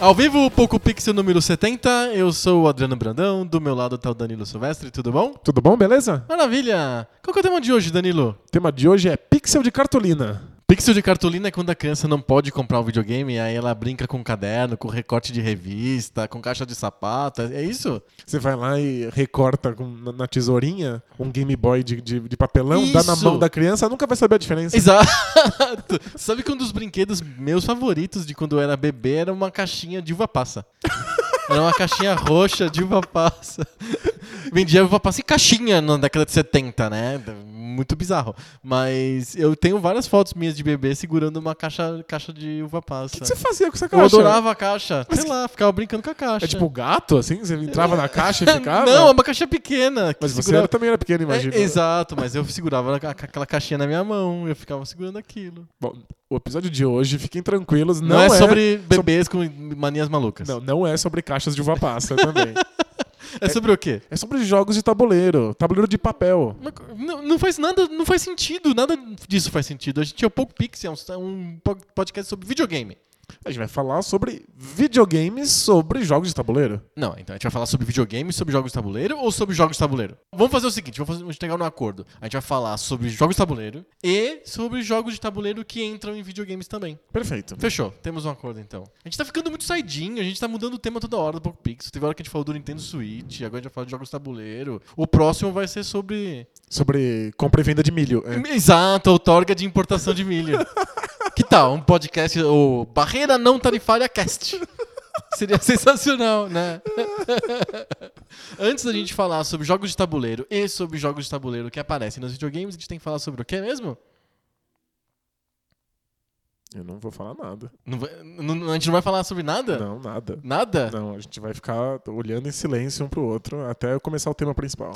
Ao vivo, Poco Pixel número 70, eu sou o Adriano Brandão, do meu lado tá o Danilo Silvestre, tudo bom? Tudo bom, beleza? Maravilha! Qual que é o tema de hoje, Danilo? O tema de hoje é pixel de cartolina. Pixel de cartolina é quando a criança não pode comprar o videogame, aí ela brinca com um caderno, com recorte de revista, com caixa de sapato, é isso? Você vai lá e recorta com- na- na tesourinha um Game Boy de, de- de papelão, dá na Isso. mão da criança, nunca vai saber a diferença. Exato! Sabe que um dos brinquedos meus favoritos de quando eu era bebê era uma caixinha de uva passa. Era uma caixinha roxa de uva passa. Vendia uva passa em caixinha na década de 70, né? Muito bizarro. Mas eu tenho várias fotos minhas de bebê segurando uma caixa, caixa de uva passa. O que você fazia com essa eu caixa? adorava a caixa. Mas Sei que- lá, ficava brincando com a caixa. É tipo gato, assim? Você entrava na caixa e ficava? Não, é uma caixa pequena. que Mas você segurava- era- também era pequeno, É, imagina. exato, mas eu segurava a- aquela caixinha na minha mão, eu ficava segurando aquilo. Bom, o episódio de hoje, fiquem tranquilos, não, Não, é, sobre bebês com manias malucas. Não, não é sobre caixas de uva passa também. É sobre o quê? É sobre jogos de tabuleiro, tabuleiro de papel. Mas co- Não, não faz nada, não faz sentido, nada disso faz sentido. A gente é o Pouco Pixel, é um, um po- podcast sobre videogame. A gente vai falar sobre videogames sobre jogos de tabuleiro. Não, então a gente vai falar sobre videogame, sobre jogos de tabuleiro ou sobre jogos de tabuleiro? Vamos fazer o seguinte, vamos, fazer, vamos chegar num acordo. A gente vai falar sobre jogos de tabuleiro e sobre jogos de tabuleiro que entram em videogames também. Perfeito. Fechou, temos um acordo então. A gente tá ficando muito saidinho, a gente tá mudando o tema toda hora do Poco Pixel. Teve hora que a gente falou do Nintendo Switch, agora a gente vai falar de jogos de tabuleiro. O próximo vai ser sobre. Sobre compra e venda de milho. é. Exato, outorga de importação de milho. que tal? Um podcast, o Barreira Não Tarifária Cast. Seria sensacional, né? Antes da gente falar sobre jogos de tabuleiro e sobre jogos de tabuleiro que aparecem nos videogames, a gente tem que falar sobre o que mesmo? Eu não vou falar nada. Não vai- não- a gente não vai falar sobre nada? Não, nada. Nada? Não, a gente vai ficar olhando em silêncio um pro outro até eu começar o tema principal.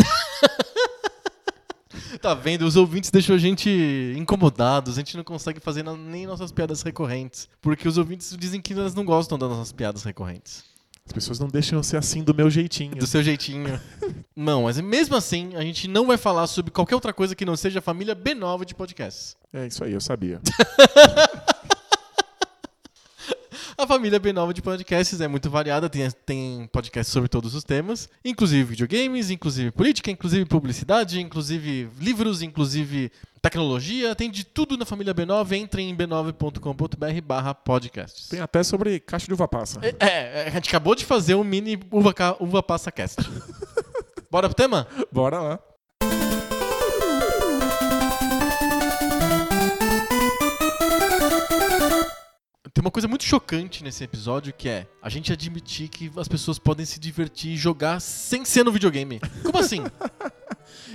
Tá vendo? Os ouvintes deixam a gente incomodados. A gente não consegue fazer na- nem nossas piadas recorrentes. Porque os ouvintes dizem que elas não gostam das nossas piadas recorrentes. As pessoas não deixam eu ser assim do meu jeitinho. Do seu jeitinho. não, mas mesmo assim, a gente não vai falar sobre qualquer outra coisa que não seja a família B9 de podcasts. É isso aí, eu sabia. A família B9 de podcasts é muito variada, tem, tem podcasts sobre todos os temas, inclusive videogames, inclusive política, inclusive publicidade, inclusive livros, inclusive tecnologia, tem de tudo na família B9, entrem em b9.com.br barra podcasts. Tem até sobre caixa de uva passa. É, É, a gente acabou de fazer um mini uva, ca- uva passa cast. Bora pro tema? Bora lá. Tem uma coisa muito chocante nesse episódio que é a gente admitir que as pessoas podem se divertir e jogar sem ser no videogame. Como assim?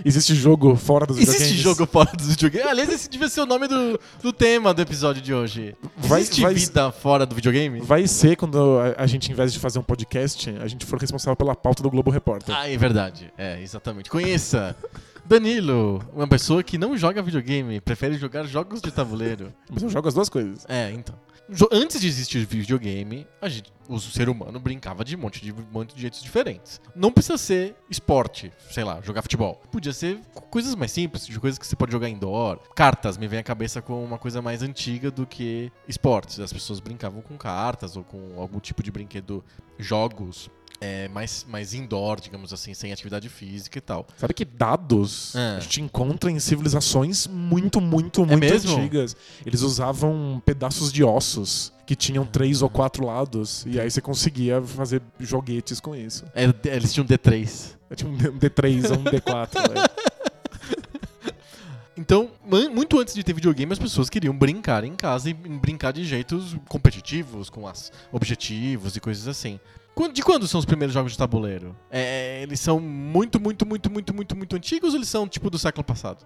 Existe jogo fora dos Existe videogames? jogo fora dos videogames? Aliás, esse devia ser o nome do, do tema do episódio de hoje. Vai- Existe vai- vida fora do videogame? Vai ser quando a, a gente, em vez de fazer um podcast, a gente for responsável pela pauta do Globo Repórter. Ah, é verdade. É, exatamente. Conheça Danilo, uma pessoa que não joga videogame, prefere jogar jogos de tabuleiro. Mas eu jogo as duas coisas. É, então. Jo- Antes de existir videogame, a gente, o ser humano brincava de um monte de, um monte de jeitos diferentes. Não precisa ser esporte, sei lá, jogar futebol. Podia ser co- coisas mais simples, de coisas que você pode jogar indoor. Cartas, me vem à cabeça com uma coisa mais antiga do que esportes. As pessoas brincavam com cartas ou com algum tipo de brinquedo, jogos é, mais, mais indoor, digamos assim, sem atividade física e tal. Sabe que dados Ah. a gente encontra em civilizações muito, muito, muito É mesmo? antigas. Eles usavam pedaços de ossos que tinham três ou quatro lados, e aí você conseguia fazer joguetes com isso. É, Eles tinham D3. É tipo um D- um D3 ou um D4. né? Então, man- muito antes de ter videogame, as pessoas queriam brincar em casa e brincar de jeitos competitivos, com as objetivos e coisas assim. Quan- De quando são os primeiros jogos de tabuleiro? É, eles são muito, muito, muito, muito, muito, muito antigos ou eles são tipo do século passado?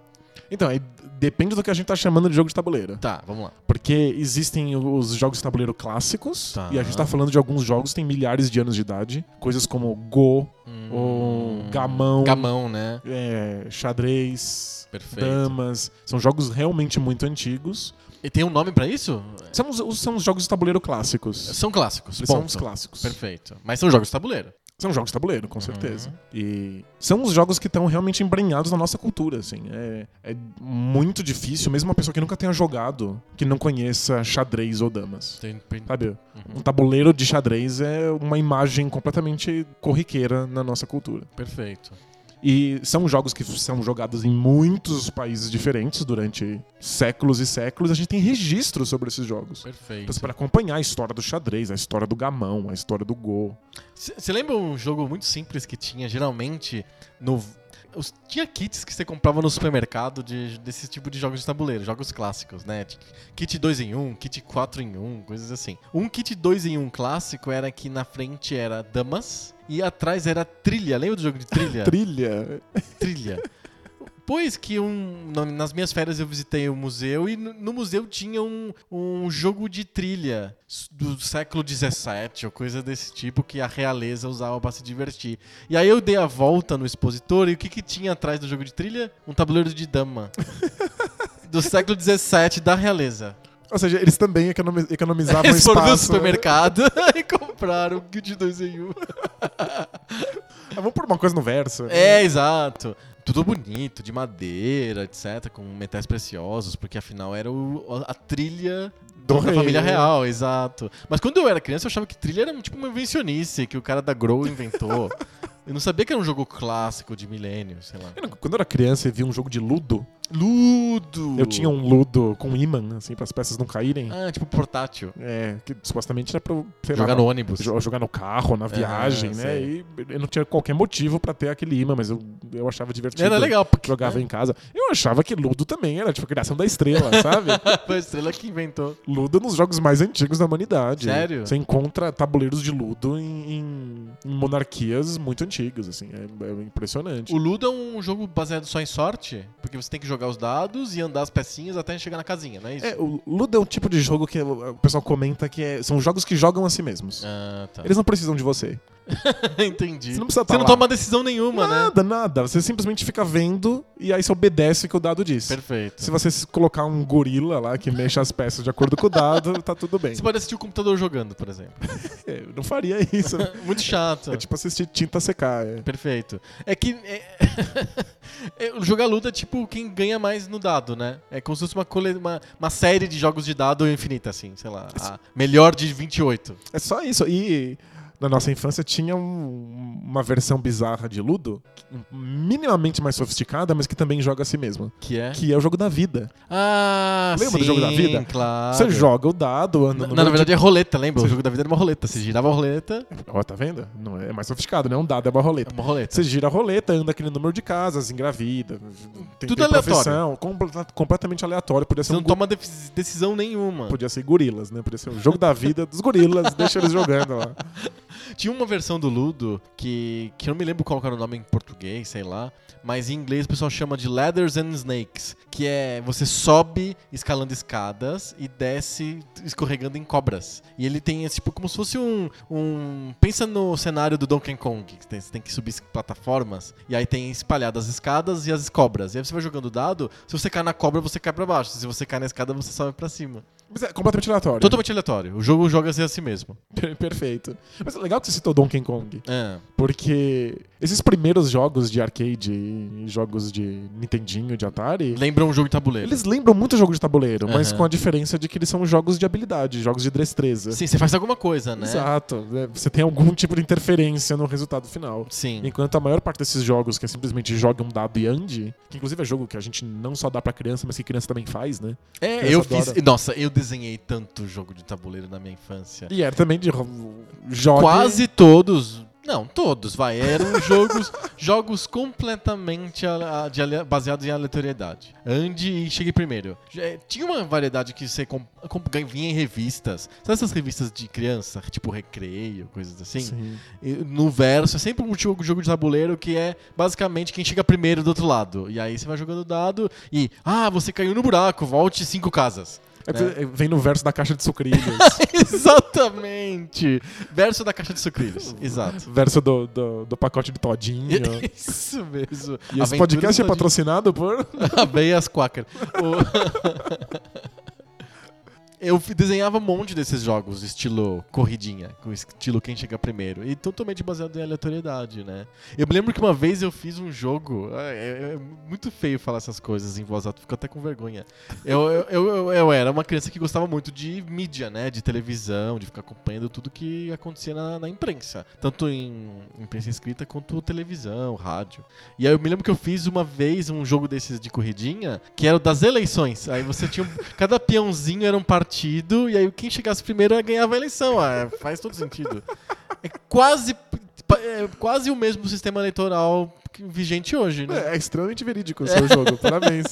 Então, aí depende do que a gente tá chamando de jogo de tabuleiro. Tá, vamos lá. Porque existem os jogos de tabuleiro clássicos, Tá. e a gente tá falando de alguns jogos que têm milhares de anos de idade. Coisas como Go, ou gamão, Hum. Gamão, né? é, xadrez, Perfeito. damas. São jogos realmente muito antigos. E tem um nome pra isso? São os, os- são os jogos de tabuleiro clássicos. São clássicos. Eles são É. ponto. os clássicos. Perfeito. Mas são jogos de tabuleiro. São jogos de tabuleiro, Uhum. com certeza. E são os jogos que estão realmente embrenhados na nossa cultura, assim. É, é muito difícil, mesmo uma pessoa que nunca tenha jogado, que não conheça xadrez ou damas. Tem- tem- Sabe? Uhum. Um tabuleiro de xadrez é uma imagem completamente corriqueira na nossa cultura. Perfeito. E são jogos que são jogados em muitos países diferentes durante séculos e séculos. A gente tem registro sobre esses jogos. Perfeito. Então, para acompanhar a história do xadrez, a história do gamão, a história do go. Você lembra um jogo muito simples que tinha, geralmente, no. os- tinha kits que você comprava no supermercado de, desse tipo de jogos de tabuleiro, jogos clássicos, né? T- Kit 2 em 1, kit 4 em 1, coisas assim. Um kit 2 em 1 clássico era que na frente era damas e atrás era trilha. Lembra do jogo de trilha? Trilha. trilha. Pois que um, na- nas minhas férias eu visitei o museu e no, no museu tinha um, um jogo de trilha s- do século XVII ou coisa desse tipo que a realeza usava pra se divertir. E aí eu dei a volta no expositor e o que, que tinha atrás do jogo de trilha? Um tabuleiro de dama. Do século XVII da realeza. Ou seja, eles também economi- economizavam Eles foram no um espaço. supermercado e compraram o kit 2 em 1. Ah, vamos pôr uma coisa no verso. É, exato. Tudo bonito, de madeira, etc, com metais preciosos, porque afinal era o- a trilha Do da rei. família real, exato. Mas quando eu era criança, eu achava que trilha era tipo uma invencionice que o cara da Grow inventou. eu não sabia que era um jogo clássico de milênio, sei lá. Quando eu era criança e via um jogo de ludo, Ludo! eu tinha um ludo com ímã, assim, para as peças não caírem. Ah, tipo portátil. É, que supostamente era pra sei lá, Jogar no ônibus. jo- jogar no carro, na viagem, né? É, sei. E eu não tinha qualquer motivo pra ter aquele imã, mas eu, eu achava divertido. Era legal, porque né? Jogava em casa. Eu achava que Ludo também era, tipo, a criação da estrela, sabe? foi a estrela que inventou. Ludo é um dos jogos mais antigos da humanidade. Sério? Você encontra tabuleiros de Ludo em, em- em monarquias muito antigas, assim. É, é impressionante. O Ludo é um jogo baseado só em sorte, porque você tem que jogar os dados e andar as pecinhas até chegar na casinha, não é isso? É, o Ludo é um tipo de jogo que o o pessoal comenta que é- são jogos que jogam a si mesmos. Ah, tá. Eles não precisam de você. Entendi. Você não precisa Você tá não lá. toma decisão nenhuma, né? Nada, nada. Você simplesmente fica vendo e aí você obedece o que o dado diz. Perfeito. Se você s- colocar um gorila lá que mexa as peças de acordo com o dado, tá tudo bem. Você pode assistir o computador jogando, por exemplo. É, Eu não faria isso. Muito chato. É tipo assistir tinta secar. é. Perfeito. É que. É... é, Jogar luta é tipo quem ganha mais no dado, né? É como se fosse uma, cole... uma, uma série de jogos de dado infinita, assim, sei lá. a melhor de 28. É só isso. E na nossa infância tinha um- uma versão bizarra de Ludo, minimamente mais sofisticada, mas que também joga a si mesma. Que é. Que é o jogo da vida. Ah, Lembra do sim, jogo da vida? Claro. Você joga o dado, Ah, anda é. Na, na no verdade é roleta, lembra? O Você- jogo da vida era uma roleta. Você girava a roleta, Ó, tá vendo? Não é é mais sofisticado, né? Um dado é uma é roleta. uma roleta. Você gira a roleta, anda aquele número de casas, engravida, tem, Tudo tem aleatório. profissão, comple- completamente aleatório. Podia ser, Você um não toma defi- decisão nenhuma. go- podia ser gorilas, né? Podia ser o jogo da vida dos gorilas, deixa eles jogando lá. Tinha uma versão do Ludo que, que eu não me lembro qual que era o nome em português, sei lá, mas em inglês o pessoal chama de Ladders and Snakes, que é você sobe escalando escadas e desce escorregando em cobras. E ele tem esse tipo como se fosse um. um pensa no cenário do Donkey Kong, que tem- você tem que subir plataformas e aí tem espalhadas as escadas e as cobras. E aí você vai jogando dado, se você cai na cobra, você cai pra baixo, se você cai na escada, você sobe pra cima. Mas é completamente aleatório. Totalmente aleatório. O jogo joga-se a si mesmo. Per- Perfeito. Mas é legal que você citou Donkey Kong. É. Porque esses primeiros jogos de arcade e jogos de Nintendinho, de Atari, Lembra um jogo de tabuleiro. eles lembram muito jogo de tabuleiro, mas Aham. com a diferença de que eles são jogos de habilidade, jogos de destreza. Sim, você faz alguma coisa, né? Exato. né? Você tem algum tipo de interferência no resultado final. Sim. Enquanto a maior parte desses jogos que é simplesmente joga um dado e ande, que inclusive é jogo que a gente não só dá pra criança, mas que criança também faz, né? É, criança eu fiz. adora. Nossa, eu desenhei tanto jogo de tabuleiro na minha infância. E era também de ro- jogue Quase todos. Não, todos, vai. Eram jogos, jogos completamente ale- de ale- baseados em aleatoriedade. Ande e chegue primeiro. Já- eh, Tinha uma variedade que você com- com- ganha- vinha em revistas. Sabe essas revistas de criança? Tipo Recreio, coisas assim? Sim. E No verso, é sempre um jogo, jogo de tabuleiro que é basicamente quem chega primeiro do outro lado. E aí você vai jogando dado e. Ah, você caiu no buraco, volte cinco casas. É porque Vem no verso da caixa de sucrilhos. Exatamente! Verso da caixa de sucrilhos. Exato. verso do, do, do pacote de todinho. Isso mesmo. E esse Aventuras podcast é da- patrocinado por... Abeias Quaker. Eu fi- desenhava um monte desses jogos, estilo corridinha, com estilo quem chega primeiro. E totalmente baseado em aleatoriedade, né? Eu me lembro que uma vez eu fiz um jogo. É, é- é muito feio falar essas coisas em voz alta, fico até com vergonha. Eu, eu, eu, eu- eu era uma criança que gostava muito de mídia, né? De televisão, de ficar acompanhando tudo que acontecia na, na imprensa. Tanto em imprensa escrita quanto televisão, rádio. E aí eu me lembro que eu fiz uma vez um jogo desses de corridinha, que era o das eleições. Aí você tinha. um- Cada peãozinho era um partido, e aí quem chegasse primeiro ganhava a eleição. Ah, faz todo sentido. É quase, é quase o mesmo sistema eleitoral que- vigente hoje, né? É, é extremamente verídico o seu jogo, parabéns.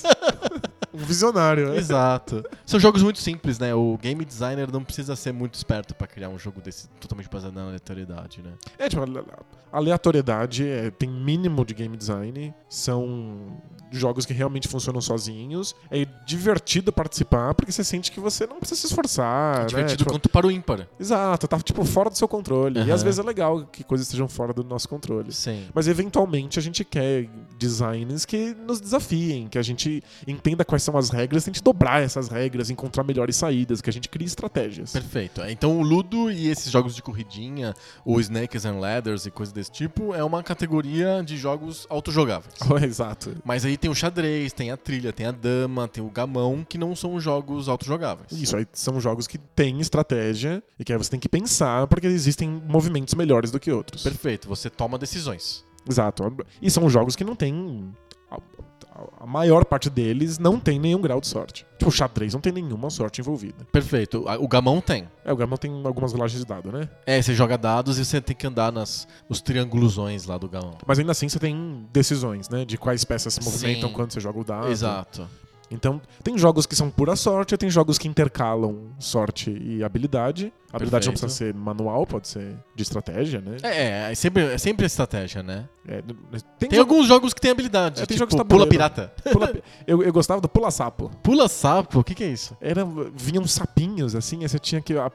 Um visionário, né? Exato. São jogos muito simples, né? O game designer não precisa ser muito esperto pra criar um jogo desse totalmente baseado na aleatoriedade, né? É, tipo, ale- aleatoriedade é, tem mínimo de game design, são jogos que realmente funcionam sozinhos, é divertido participar porque você sente que você não precisa se esforçar. né? É Divertido Tipo, quanto para o ímpar. Exato, tá tipo fora do seu controle. E Aham. às vezes é legal que coisas estejam fora do nosso controle. Sim. Mas eventualmente a gente quer designs que nos desafiem, que a gente entenda quais são as regras, tente dobrar essas regras, encontrar melhores saídas, que a gente crie estratégias. Perfeito. Então o Ludo e esses jogos de corridinha, ou Snakes and Ladders e coisa desse tipo, é uma categoria de jogos autojogáveis. É, Exato. Mas aí tem o xadrez, tem a trilha, tem a dama, tem o gamão, que não são jogos autojogáveis. Isso, aí são jogos que têm estratégia e que aí você tem que pensar porque existem movimentos melhores do que outros. Perfeito, você toma decisões. Exato. E são jogos que não têm. A, a maior parte deles não tem nenhum grau de sorte. Tipo, o xadrez não tem nenhuma sorte envolvida. Perfeito. A- O gamão tem. É, o Gamão tem algumas rolagens de dado, né? É, você joga dados e você tem que andar nas, nos triangulosões lá do gamão. Mas ainda assim você tem decisões, né? De quais peças se movimentam Sim. quando você joga o dado. Exato. Então, tem jogos que são pura sorte, tem jogos que intercalam sorte e habilidade. A habilidade não Perfeito. precisa ser manual, pode ser de estratégia, né? É, é, é sempre, é sempre a estratégia, né? É, Tem jo- alguns jogos que tem habilidade. É, tem tipo, jogos de pula tabuleiro. pirata. Pula- eu, eu gostava do pula sapo. Pula sapo, o que, que é isso? Era, vinham sapinhos, assim, aí você tinha que a-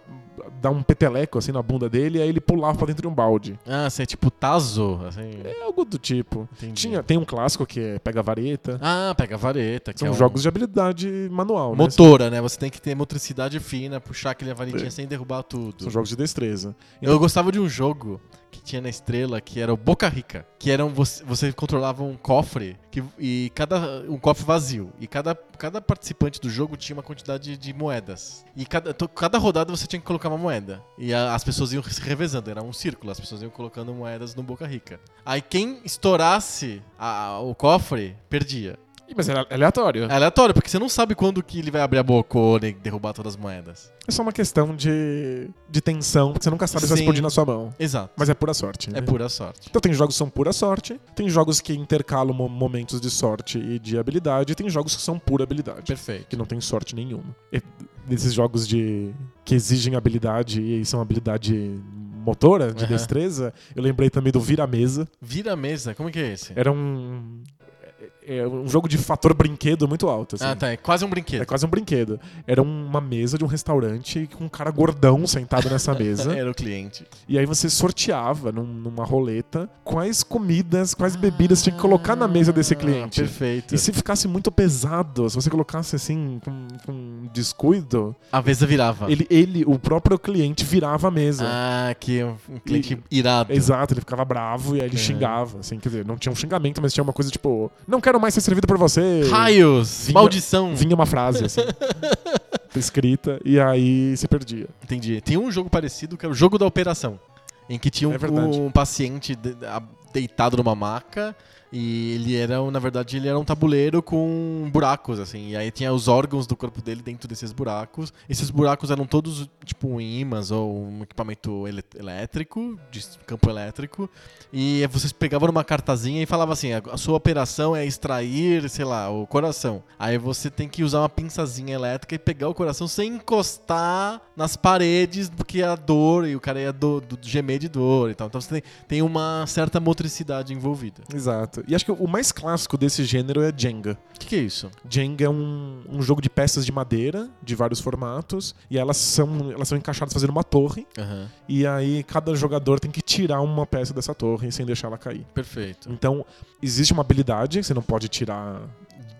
dar um peteleco assim na bunda dele, aí ele pulava pra dentro de um balde. Ah, você é tipo Tazo, assim. É algo do tipo. Entendi. Tinha, tem um clássico que é Pega a Vareta. Ah, pega a vareta. Que São é um- jogos de habilidade manual, né? Motora, né? Você tem que ter motricidade fina, puxar aquele varetinha É. sem derrubar tudo. São jogos de destreza. Eu gostava de um jogo que tinha na estrela que era o Boca Rica. Que era um, você, você controlava um cofre que, e cada. um cofre vazio. E cada, cada participante do jogo tinha uma quantidade de moedas. E cada, to- cada rodada você tinha que colocar uma moeda. E a- as pessoas iam se revezando, era um círculo, as pessoas iam colocando moedas no Boca Rica. Aí quem estourasse a- o cofre, perdia. Ih, Mas é aleatório. É aleatório, porque você não sabe quando que ele vai abrir a boca ou ele derrubar todas as moedas. É só uma questão de, de tensão, porque você nunca sabe se vai Sim. explodir na sua mão. Exato. Mas é pura sorte. é né? pura sorte. Então tem jogos que são pura sorte, tem jogos que intercalam mo- momentos de sorte e de habilidade, e tem jogos que são pura habilidade. Perfeito. que não tem sorte nenhuma. E desses jogos de que exigem habilidade e são habilidade motora, de Aham. destreza, eu lembrei também do Vira Mesa. Vira a mesa, como que é esse? Era um é um jogo de fator brinquedo muito alto. assim. Ah, tá. É quase um brinquedo. É quase um brinquedo. Era uma mesa de um restaurante com um cara gordão sentado nessa mesa. Era o cliente. e aí você sorteava num- numa roleta quais comidas, quais bebidas tinha que colocar na mesa desse Ah, cliente. perfeito. E se ficasse muito pesado, se você colocasse assim, com, com descuido, A mesa virava. Ele, ele, o próprio cliente, virava a mesa. Ah, que é um um cliente irado. Exato, ele ficava bravo e aí ele É. xingava, assim, quer dizer, não tinha um xingamento, mas tinha uma coisa tipo, não quero mais ser servido por você. Raios! Vinha- Maldição! Vinha uma frase, assim, escrita, e aí você perdia. Entendi. Tem um jogo parecido que é o jogo da operação. Em que tinha um, É verdade. um paciente de- a- deitado numa maca e ele era, um- na verdade, ele era um tabuleiro com buracos, assim. E aí tinha os órgãos do corpo dele dentro desses buracos. Esses buracos eram todos, tipo, ímãs ou um equipamento ele- elétrico, de s- campo elétrico. E vocês pegavam uma cartazinha e falava assim, a, a sua operação é extrair, sei lá, o coração. Aí você tem que usar uma pinçazinha elétrica e pegar o coração sem encostar nas paredes, porque a dor, e o cara ia do, do- gemer de dor e tal. Então você tem, tem uma certa motricidade envolvida. Exato. E acho que o mais clássico desse gênero é Jenga. O que, que é isso? Jenga é um, um jogo de peças de madeira, de vários formatos, e elas são, elas são encaixadas fazendo uma torre, Aham. e aí cada jogador tem que tirar uma peça dessa torre sem deixar ela cair. Perfeito. Então, existe uma habilidade que você não pode tirar.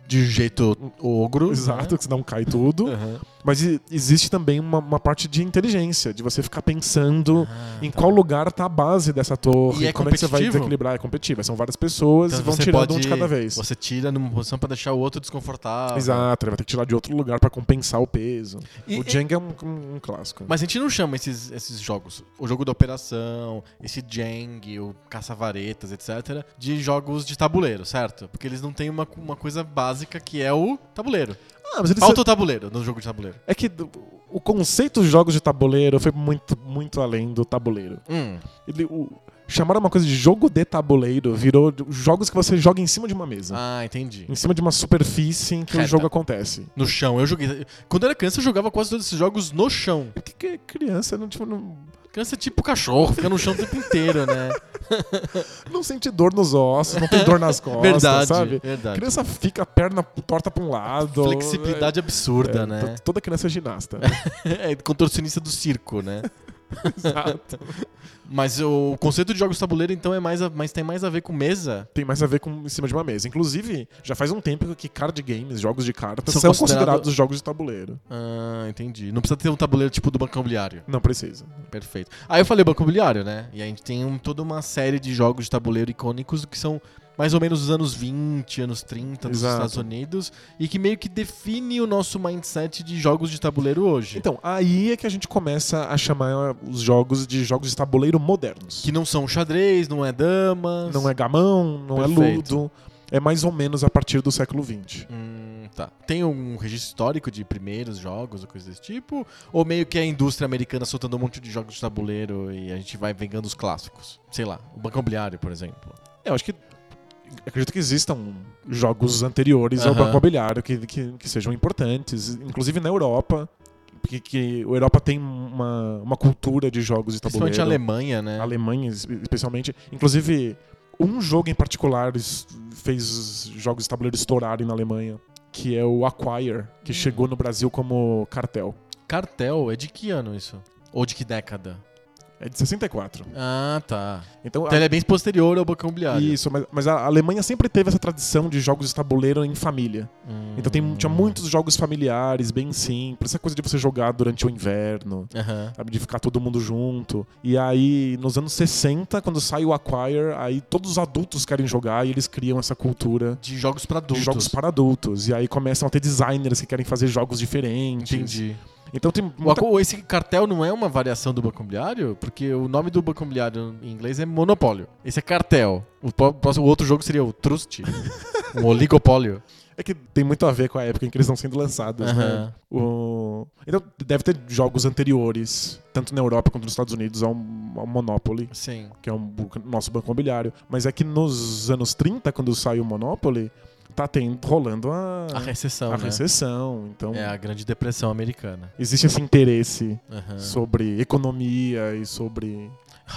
De um jeito ogro. Exato, que senão cai tudo. né? Aham. Mas e- existe também uma, uma parte de inteligência, de você ficar pensando Ah. em qual lugar tá a base dessa torre, E é como é que você vai competitivo? desequilibrar. É competitivo, são várias pessoas e Então vão você tirando um pode- de cada vez. Você tira numa posição pra deixar o outro desconfortável. Exato, ele vai ter que tirar de outro lugar pra compensar o peso. E- o Jenga é um, um- um clássico. Mas a gente não chama esses, esses jogos, o jogo da operação, esse Jeng, o caça-varetas, etc., de jogos de tabuleiro, certo? Porque eles não têm uma, uma coisa básica que é o tabuleiro. Ah, mas eles- Falta o tabuleiro no jogo de tabuleiro. É que do- o conceito dos jogos de tabuleiro foi muito, muito além do tabuleiro. Hum, Ele, o- chamaram uma coisa de jogo de tabuleiro, virou de- jogos que você joga em cima de uma mesa. Ah, entendi. Em cima de uma superfície em que o Reta. jogo acontece. No chão, eu joguei. Quando eu era criança, eu jogava quase todos esses jogos no chão. É que- que criança não, tipo, não, Criança é tipo cachorro, fica no chão o tempo inteiro, né? não sente dor nos ossos, não tem dor nas costas, verdade, sabe? verdade. Criança fica a perna torta pra um lado. Flexibilidade absurda, É, né? to- Toda criança é ginasta. é contorcionista do circo, né? Exato. Mas o conceito de jogos tabuleiro, então, é mais a- mas tem mais a ver com mesa? Tem mais a ver com em cima de uma mesa. Inclusive, já faz um tempo que card games, jogos de cartas, são, São considerados considerado- jogos de tabuleiro. Ah, entendi. Não precisa ter um tabuleiro tipo do Banco Imobiliário. Não precisa. Perfeito. Aí eu falei Banco Imobiliário, né? E a gente tem um- toda uma série de jogos de tabuleiro icônicos que são mais ou menos os anos 20, anos 30 dos Exato. Estados Unidos e que meio que define o nosso mindset de jogos de tabuleiro hoje. Então, aí é que a gente começa a chamar os jogos de jogos de tabuleiro modernos. Que não são xadrez, não é damas. não é gamão, não Perfeito. é ludo. É mais ou menos a partir do século XX. Hum, tá. Tem um registro histórico de primeiros jogos ou coisa desse tipo? Ou meio que a indústria americana soltando um monte de jogos de tabuleiro e a gente vai vengando os clássicos? Sei lá, o Banco Imobiliário, por exemplo. É, eu acho que. Acredito que existam jogos anteriores ao Aham. Banco Imobiliário que, que, que sejam importantes, inclusive na Europa, porque que a Europa tem uma, uma cultura de jogos de tabuleiro. Principalmente a Alemanha, né? A Alemanha, es- especialmente. Inclusive, um jogo em particular es- fez os jogos de tabuleiro estourarem na Alemanha, que é o Acquire, que Hum. chegou no Brasil como cartel. Cartel, é de que ano isso? Ou de que década? É de 64. Ah, tá. Então, a- Então ele é bem posterior ao Banco Imobiliário. isso, mas, mas a Alemanha sempre teve essa tradição de jogos de tabuleiro em família. Hum. Então tem, tinha muitos jogos familiares, bem simples, essa coisa de você jogar durante o inverno. Aham. sabe, De ficar todo mundo junto. E aí, nos anos 60, quando sai o Acquire, aí todos os adultos querem jogar e eles criam essa cultura De jogos pra adultos. de jogos para adultos. E aí começam a ter designers que querem fazer jogos diferentes. Entendi. Então tem O muita... aco- Esse cartel não é uma variação do Banco Imobiliário? Porque o nome do Banco Imobiliário em inglês é Monopólio. Esse é cartel. O, pró- próximo, o outro jogo seria o Trust. um oligopólio. É que tem muito a ver com a época em que eles estão sendo lançados, né? Aham. O... Então deve ter jogos anteriores, tanto na Europa quanto nos Estados Unidos, ao, ao Monopoly, Sim. que é um bu- nosso banco imobiliário. Mas é que nos anos 30, quando sai o Monopoly, tá tendo, rolando a, A recessão, a né? recessão. Então É a grande depressão americana. existe esse interesse Aham. sobre economia e sobre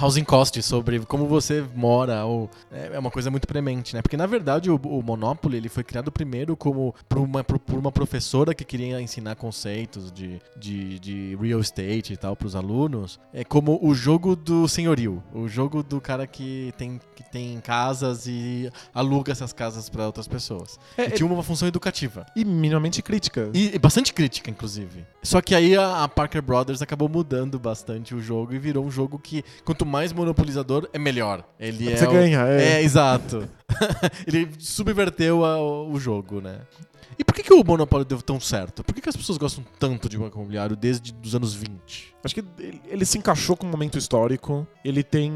Housing cost, sobre como você mora, ou é é uma coisa muito premente, né? Porque na verdade o, o Monopoly ele foi criado primeiro como por uma, por, por uma professora que queria ensinar conceitos de, de, de real estate e tal para os alunos, é como o jogo do senhorio, o jogo do cara que tem, que tem casas e aluga essas casas para outras pessoas. É, e tinha uma função educativa. e minimamente crítica. E e bastante crítica, inclusive. Só que aí a, a Parker Brothers acabou mudando bastante o jogo e virou um jogo que, quanto mais monopolizador, é melhor. Ele é Você o- ganha, É, é. exato. Ele subverteu a- o jogo, né? E por que, que o Monopólio deu tão certo? Por que, que as pessoas gostam tanto de Banco Imobiliário desde os anos 20? Acho que ele- ele se encaixou com o momento histórico. Ele tem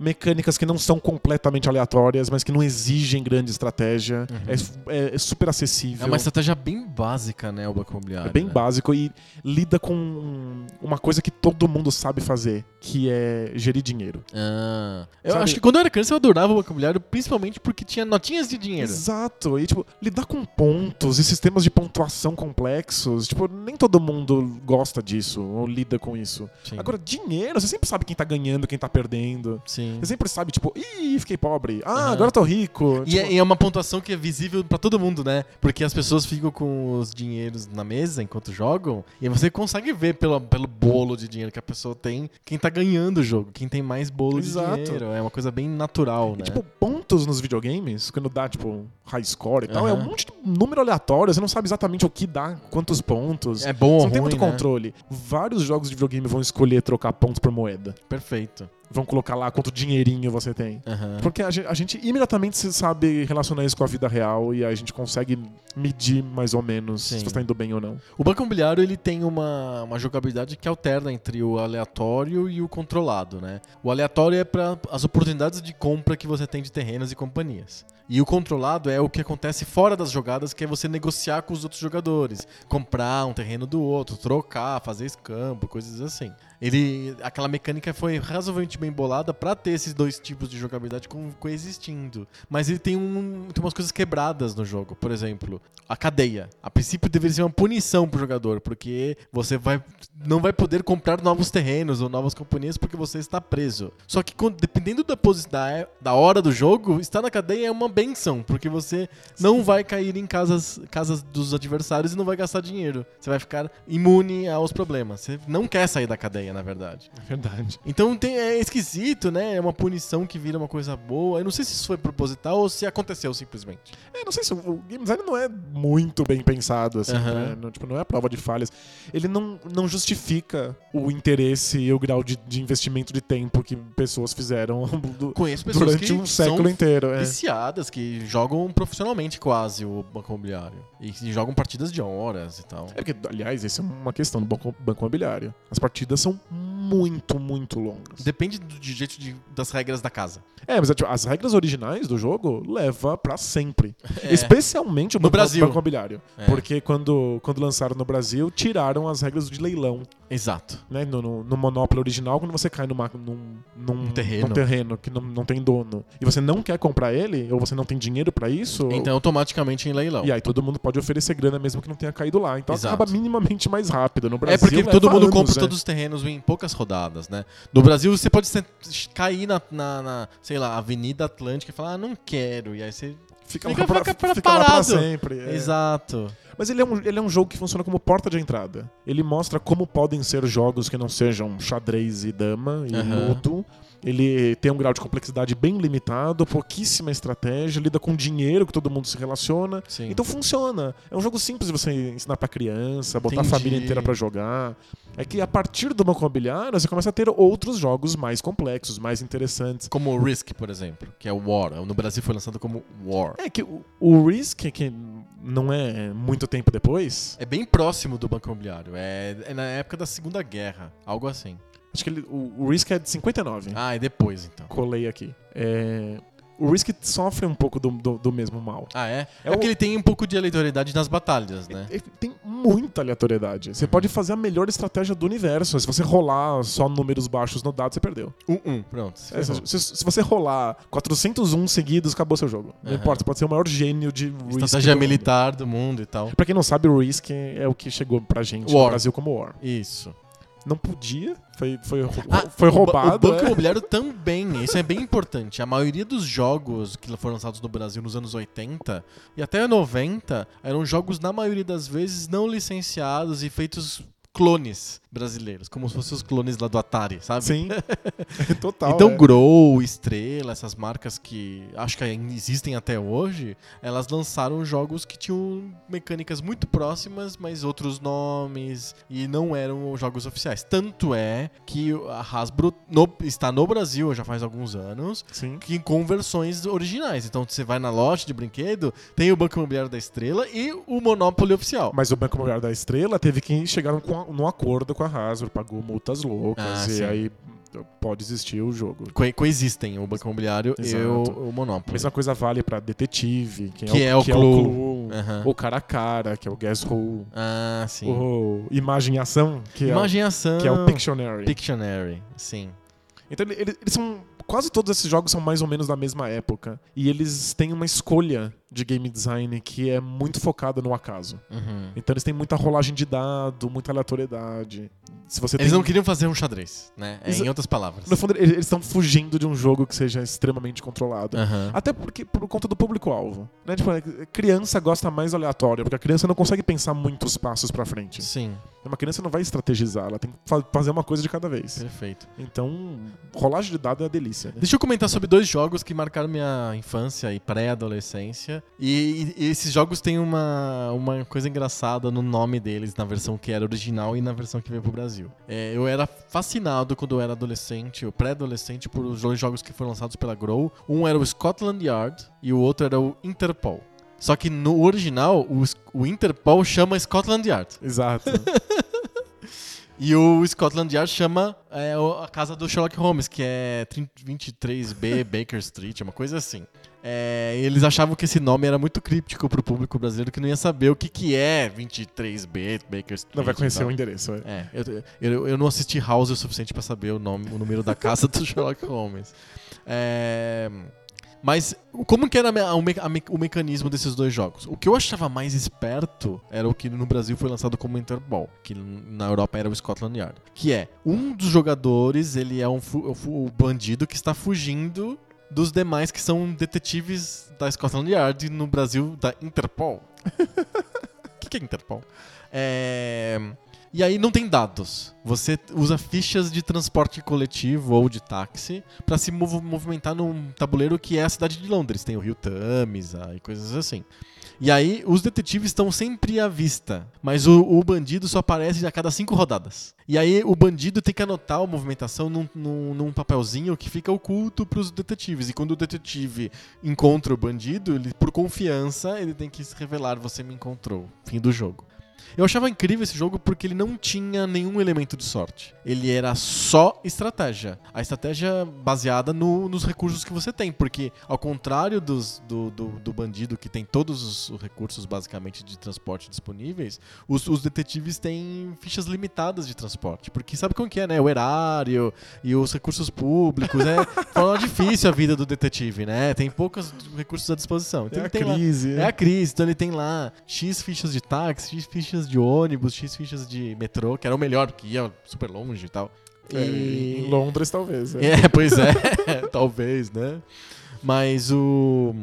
mecânicas que não são completamente aleatórias, mas que não exigem grande estratégia. É su- É, é super acessível. Uhum. É uma estratégia bem básica, né, o banco imobiliário. É bem né? básico e lida com uma coisa que todo mundo sabe fazer, que é gerir dinheiro. Ah, eu Sabe- acho que quando eu era criança eu adorava o banco imobiliário, principalmente porque tinha notinhas de dinheiro. Exato. E, tipo, lidar com pontos e sistemas de pontuação complexos, tipo, nem todo mundo gosta disso ou lida com isso. Sim. Agora, dinheiro, você sempre sabe quem tá ganhando, quem tá perdendo. Sim. Você sempre sabe, tipo, ih, fiquei pobre. Ah, Aham. agora eu tô rico. E Tipo, é, e é uma pontuação que é visível pra todo mundo, né? Porque as pessoas ficam com os dinheiros na mesa enquanto jogam, e aí você consegue ver pelo, pelo bolo de dinheiro que a pessoa tem, quem tá ganhando o jogo, quem tem mais bolo Exato. de dinheiro. É uma coisa bem natural, né? E, tipo, pontos nos videogames, quando dá, tipo, high score e tal, é um Aham. monte de número aleatório, você não sabe exatamente o que dá, quantos pontos. é bom ou você não ruim, tem muito né? controle. Vários jogos de videogame vão escolher trocar pontos por moeda. Perfeito. Vão colocar lá quanto dinheirinho você tem. Aham. Porque a gen- a gente, imediatamente se sabe relacionar isso com a vida real e a gente consegue medir mais ou menos Sim. se você tá indo bem ou não. O Banco Imobiliário ele tem uma, uma jogabilidade que alterna entre o aleatório e o controlado, né? O aleatório é para as oportunidades de compra que você tem de terrenos e companhias. E o controlado é o que acontece fora das jogadas, que é você negociar com os outros jogadores, comprar um terreno do outro, trocar, fazer escambo, coisas assim. Ele, aquela mecânica foi razoavelmente bem bolada para ter esses dois tipos de jogabilidade co- coexistindo. Mas ele tem, um, tem umas coisas quebradas no jogo. Por exemplo, a cadeia. A princípio deveria ser uma punição pro jogador, porque você vai, não vai poder comprar novos terrenos ou novas companhias porque você está preso. Só que quando- dependendo da, posi- da, da hora do jogo, estar na cadeia é uma benção, porque você não vai cair em casas, casas dos adversários e não vai gastar dinheiro. Você vai ficar imune aos problemas. Você não quer sair da cadeia, na verdade. É verdade. Então tem- é esquisito, né? É uma punição que vira uma coisa boa. Eu não sei se isso foi proposital ou se aconteceu simplesmente. É, não sei se o- o game design não é muito bem pensado, assim, Aham. né? Não, tipo, não é a prova de falhas. Ele não, não justifica o interesse e o grau de, de investimento de tempo que pessoas fizeram do- Conheço pessoas durante que um são século inteiro. É. viciadas, que jogam profissionalmente quase o banco imobiliário. E que jogam partidas de horas e tal. É porque, aliás, essa é uma questão do banco, banco imobiliário. As partidas são muito, muito longas. Depende do de jeito de- das regras da casa. É, mas é, tipo, as regras originais do jogo leva pra sempre. É. Especialmente o No banco, Brasil. banco imobiliário. É. Porque quando, quando lançaram no Brasil, tiraram as regras de leilão. Exato. né, no, no, no Monopoly original, quando você cai numa, num, num, Um terreno. num terreno que não, não tem dono e você não quer comprar ele, ou você não tem dinheiro pra isso, Então automaticamente em leilão. e aí todo mundo pode oferecer grana mesmo que não tenha caído lá. Então Exato. acaba minimamente mais rápido. No Brasil, É porque leva todo mundo anos, compra né? todos os terrenos em poucas rodadas, né? No Brasil, você pode se- cair na, na- na, sei lá, Avenida Atlântica e falar, ah, não quero. E aí você. Fica, Fica- lá pra, fica pra- fica lá pra parado. sempre. é. Exato. Mas ele é, um, ele é um jogo que funciona como porta de entrada. Ele mostra como podem ser jogos que não sejam xadrez e dama e Aham. luto. Ele tem um grau de complexidade bem limitado, pouquíssima estratégia, lida com dinheiro que todo mundo se relaciona. Sim. Então funciona. É um jogo simples de você ensinar pra criança, botar Entendi. a família inteira pra jogar. É que a partir do banco imobiliário você começa a ter outros jogos mais complexos, mais interessantes. Como o Risk, por exemplo, que é o War. No Brasil foi lançado como War. É que o, o Risk, que não é muito tempo depois, É bem próximo do Banco Imobiliário. É, é na época da Segunda Guerra, algo assim. acho que ele, o, o Risk é de 59. Ah, é depois então. colei aqui. É, o Risk sofre um pouco do, do, do mesmo mal. Ah, é? É, É o- porque ele tem um pouco de aleatoriedade nas batalhas, né? Ele tem muita aleatoriedade. Você pode fazer a melhor estratégia do universo. Se você rolar só números baixos no dado, você perdeu. Um, um. Pronto. se É, ferrou. se, se- se você rolar 401 seguidos, acabou seu jogo. Não Aham. importa, você pode ser o maior gênio de Risk. Uhum. Estratégia do mundo. militar do mundo e tal. Pra quem não sabe, o Risk é o que chegou pra gente War. no Brasil como War. Isso. Não podia, foi, foi, rou- Ah, foi O roubado. Banco é. Imobiliário também, isso é bem importante. A maioria dos jogos que foram lançados no Brasil nos anos 80 e até 90 eram jogos, na maioria das vezes, não licenciados e feitos clones brasileiros, como se fossem os clones lá do Atari, sabe? Sim. Total. Então, é. Grow, Estrela, essas marcas que acho que ainda existem até hoje, elas lançaram jogos que tinham mecânicas muito próximas, mas outros nomes e não eram jogos oficiais. Tanto é que a Hasbro no- está no Brasil já faz alguns anos. Sim. Que com versões originais. Então você vai na loja de brinquedo, tem o Banco Imobiliário da Estrela e o Monopoly oficial. Mas o Banco Imobiliário da Estrela teve que chegar num, num acordo com a Hasbro, pagou multas loucas Ah, e sim. aí então, pode existir o jogo. Co- coexistem o Banco Imobiliário e o, Exato. o Monopoly. Mesma coisa vale pra detetive, que, Que é, é o, o que é o Clue. Clue, Aham. o cara a cara, que é o Guess Who, Ah, sim. o Imagem e Ação, que é o- Imagem e ação. que é o Pictionary. Pictionary, sim. Então ele- ele- eles são. Quase todos esses jogos são mais ou menos da mesma época. E eles têm uma escolha de game design que é muito focada no acaso. Uhum. Então eles têm muita rolagem de dado, muita aleatoriedade. Se você Eles tem- não queriam fazer um xadrez, né? É, Exa- em outras palavras. No fundo, ele- eles estão fugindo de um jogo que seja extremamente controlado. Aham. Até porque por conta do público-alvo. Né? Tipo, a criança gosta mais aleatória, porque a criança não consegue pensar muitos passos pra frente. Sim, Uma criança não vai estrategizar, ela tem que fa- fazer uma coisa de cada vez. perfeito. Então, rolagem de dado é uma delícia. Né? Deixa eu comentar sobre dois jogos que marcaram minha infância e pré-adolescência. E, e esses jogos têm uma, uma coisa engraçada no nome deles, na versão que era original e na versão que veio pro Brasil. É, eu era fascinado quando eu era adolescente, ou pré-adolescente, por os dois jogos que foram lançados pela Grow. Um era o Scotland Yard e o outro era o Interpol. Só que no original, o, S- o Interpol chama Scotland Yard. Exato. E o Scotland Yard chama é, o- a casa do Sherlock Holmes, que é 30 23B Baker Street, uma coisa assim. É, e eles achavam que esse nome era muito críptico pro público brasileiro que não ia saber o que, que é 23B Baker Street. Não vai conhecer e o tal. endereço. é. É, eu, eu, eu não assisti House o suficiente pra saber o nome, o número da casa do Sherlock Holmes. É, mas como que era a me- o, me- a me- o mecanismo desses dois jogos? O que eu achava mais esperto era o que no Brasil foi lançado como Interball, que n- na Europa era o Scotland Yard, que é um dos jogadores ele é um fu- o fu- o bandido que está fugindo dos demais que são detetives da Scotland Yard e no Brasil da Interpol. O que, que é Interpol? É, e aí não tem dados. Você usa fichas de transporte coletivo ou de táxi pra se mov- movimentar num tabuleiro que é a cidade de Londres. Tem o Rio Tamisa e coisas assim. E aí os detetives estão sempre à vista, mas o, o bandido só aparece a cada cinco rodadas. E aí o bandido tem que anotar a movimentação num, num- num papelzinho que fica oculto pros detetives. E quando o detetive encontra o bandido, ele, por confiança, ele tem que se revelar: você me encontrou. Fim do jogo. Eu achava incrível esse jogo porque ele não tinha nenhum elemento de sorte. Ele era só estratégia. A estratégia baseada no- nos recursos que você tem. Porque, ao contrário dos- do, do, do bandido que tem todos os- os recursos, basicamente, de transporte disponíveis, os, os detetives têm fichas limitadas de transporte. Porque sabe como que é, né? O erário e os recursos públicos. É forma difícil a vida do detetive, né? Tem poucos recursos à disposição. Então É a ele tem lá- crise. é a crise, então ele tem lá X fichas de táxi, X fichas de ônibus, X fichas de metrô, que era o melhor, que ia super longe e tal. É, E- Em Londres, talvez. é. é, pois é, talvez, né? Mas o.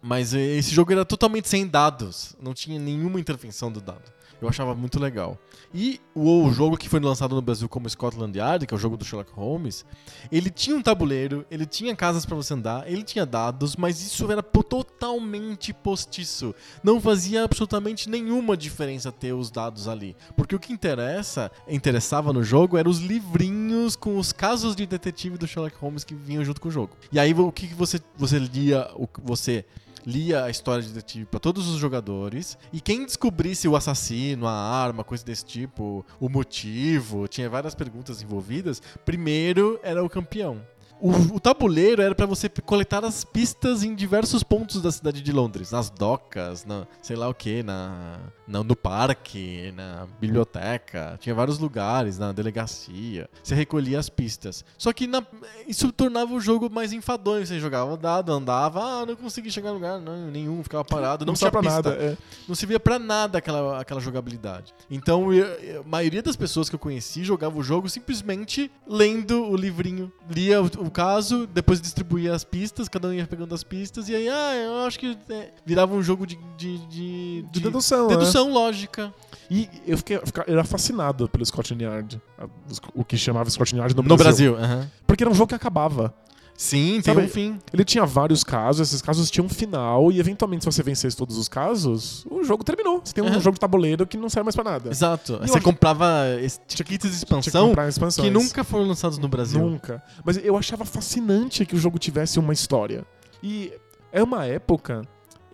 Mas esse jogo era totalmente sem dados. Não tinha nenhuma intervenção do dado. Eu achava muito legal. E o jogo que foi lançado no Brasil como Scotland Yard, que é o jogo do Sherlock Holmes, ele tinha um tabuleiro, ele tinha casas pra você andar, ele tinha dados, mas isso era po- totalmente postiço. Não fazia absolutamente nenhuma diferença ter os dados ali, porque o que interessa, interessava no jogo eram os livrinhos com os casos de detetive do Sherlock Holmes que vinham junto com o jogo. E aí o que que você você lia, o que você lia a história de detetive pra todos os jogadores e quem descobrisse o assassino, a arma, coisa desse tipo, o motivo, tinha várias perguntas envolvidas, primeiro era o campeão. O, o tabuleiro era pra você coletar as pistas em diversos pontos da cidade de Londres, nas docas, na, sei lá o que, na, na- no parque, na biblioteca, tinha vários lugares, na delegacia. Você recolhia as pistas. Só que na- isso tornava o jogo mais enfadonho. Você jogava o dado, andava, ah, não consegui chegar em lugar não, nenhum, ficava parado, não, tinha pra pista nada. é. não servia pra nada aquela, aquela jogabilidade. Então, eu- eu- a maioria das pessoas que eu conheci jogava o jogo simplesmente lendo o livrinho. Lia o, o caso, depois distribuía as pistas, cada um ia pegando as pistas, e aí, ah, eu acho que é, virava um jogo de. de, de, De de dedução. né? dedução lógica. E eu fiquei, eu fica- eu era fascinado pelo Scotland Yard. a- os- O que chamava Scotland Yard no, No Brasil. aham. Porque era um jogo que acabava. Sim, tem Sabe- um fim. Ele tinha vários casos, esses casos tinham um final, e eventualmente, se você vencesse todos os casos, o jogo terminou. Você tem um Aham. jogo de tabuleiro que não serve mais pra nada. Exato. E Você eu- comprava esse kits de Tinha que expansão comprar expansões. que nunca foram lançados no Brasil. Nunca. Mas eu achava fascinante que o jogo tivesse uma história. E é uma época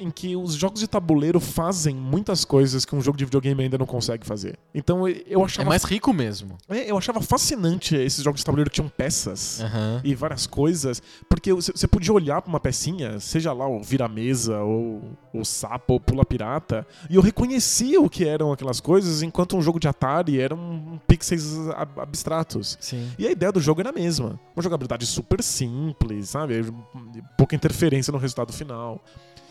em que os jogos de tabuleiro fazem muitas coisas que um jogo de videogame ainda não consegue fazer. Então eu É achava, mais rico mesmo. é, eu achava fascinante esses jogos de tabuleiro que tinham peças Aham. e várias coisas, porque você você podia olhar pra uma pecinha, seja lá o vira-mesa, ou o sapo, ou pula-pirata, e eu reconhecia o que eram aquelas coisas, enquanto um jogo de Atari eram pixels ab- abstratos. Sim. E a ideia do jogo era a mesma. Uma jogabilidade super simples, sabe? Pouca interferência no resultado final.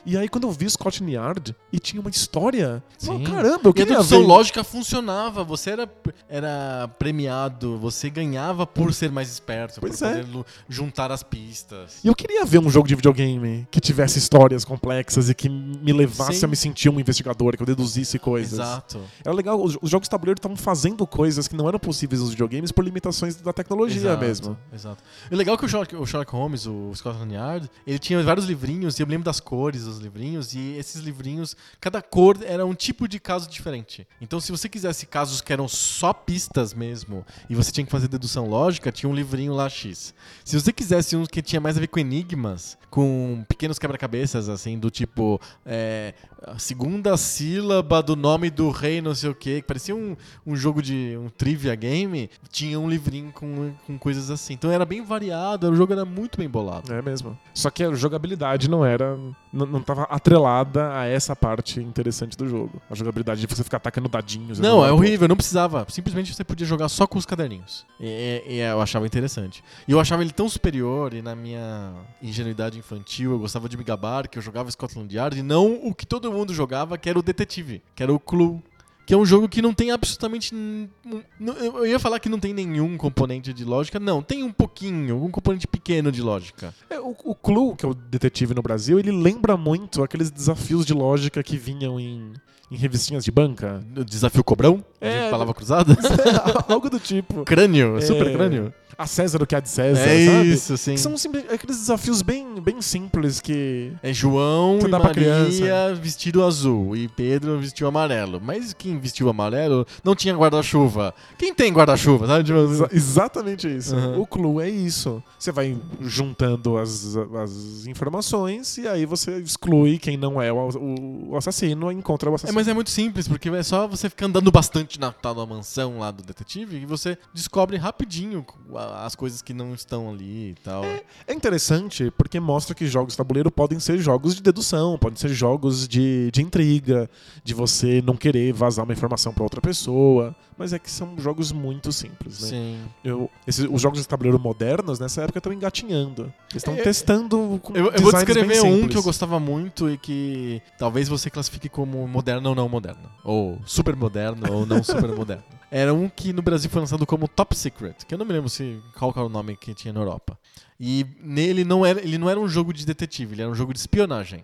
E aí, quando eu vi o Scott Yard e tinha uma história, eu Sim. falei, caramba, eu E é a queria dedução ver. lógica funcionava. Você era, era premiado, você ganhava por ser mais esperto, Pois por é. poder lu- juntar as pistas. E eu queria ver um jogo de videogame que tivesse histórias complexas e que me levasse Sim. a me sentir um investigador, que eu deduzisse coisas. Exato. Era legal, os os jogos de tabuleiro estavam fazendo coisas que não eram possíveis nos videogames por limitações da tecnologia Exato, mesmo. Exato. E o legal é que o Sherlock, o Sherlock Holmes, o Scotland Yard, ele tinha vários livrinhos, e eu me lembro das cores dos livrinhos, e esses livrinhos, cada cor era um tipo de caso diferente. Então, se você quisesse casos que eram só pistas mesmo, e você tinha que fazer dedução lógica, tinha um livrinho lá X. Se você quisesse um que tinha mais a ver com enigmas, com pequenos quebra-cabeças, assim, do tipo. é, a segunda sílaba do nome do rei, não sei o quê, que parecia um, um jogo de um trivia game, tinha um livrinho com, com coisas assim. Então era bem variado, o jogo era muito bem bolado. É mesmo. Só que a jogabilidade não era. n- Não tava atrelada a essa parte interessante do jogo. A jogabilidade de você ficar atacando dadinhos. Não, é né? horrível, não precisava. Simplesmente você podia jogar só com os caderninhos. E, e- e eu achava interessante. E eu achava ele tão superior, e na minha ingenuidade infantil eu gostava de me gabar, que eu jogava Scotland Yard, e não o que todo mundo jogava, que era o Detetive, que era o Clue. Que é um jogo que não tem absolutamente. n- n- n- Eu ia falar que não tem nenhum componente de lógica. Não, tem um pouquinho, um componente pequeno de lógica. É, o, o Clue, que é o detetive no Brasil, ele lembra muito aqueles desafios de lógica que vinham em, em revistinhas de banca. O Desafio cobrão? É, de palavra cruzada? Algo do tipo. crânio, É. super crânio. A César o que há de César, É sabe? um isso, sim. Que são simple- aqueles desafios bem, bem simples que. É João Você e dá pra Maria criança. vestido azul e Pedro vestiu amarelo. Mas quem vestiu amarelo não tinha guarda-chuva. Quem tem guarda-chuva, sabe? Tipo, Exa- exatamente isso. Uhum. O clue é isso. Você vai juntando as, as informações e aí você exclui quem não é o, o- o assassino e encontra o É, assassino. mas é muito simples, porque é só você ficar andando bastante na tal da mansão lá do detetive e você descobre rapidinho a- as coisas que não estão ali e tal. É interessante porque mostra que jogos de tabuleiro podem ser jogos de dedução, podem ser jogos de, de intriga, de você não querer vazar uma informação pra outra pessoa. Mas é que são jogos muito simples, né? Sim. Eu- esses- os jogos de tabuleiro modernos nessa época estão engatinhando. Eles estão É, testando com Eu, eu vou designs bem descrever um simples. que eu gostava muito e que talvez você classifique como moderno ou não moderno. Ou super moderno ou não super moderno. Era um que no Brasil foi lançado como Top Secret, que eu não me lembro se qual que era o nome que tinha na Europa. E nele não era, ele não era um jogo de detetive, ele era um jogo de espionagem.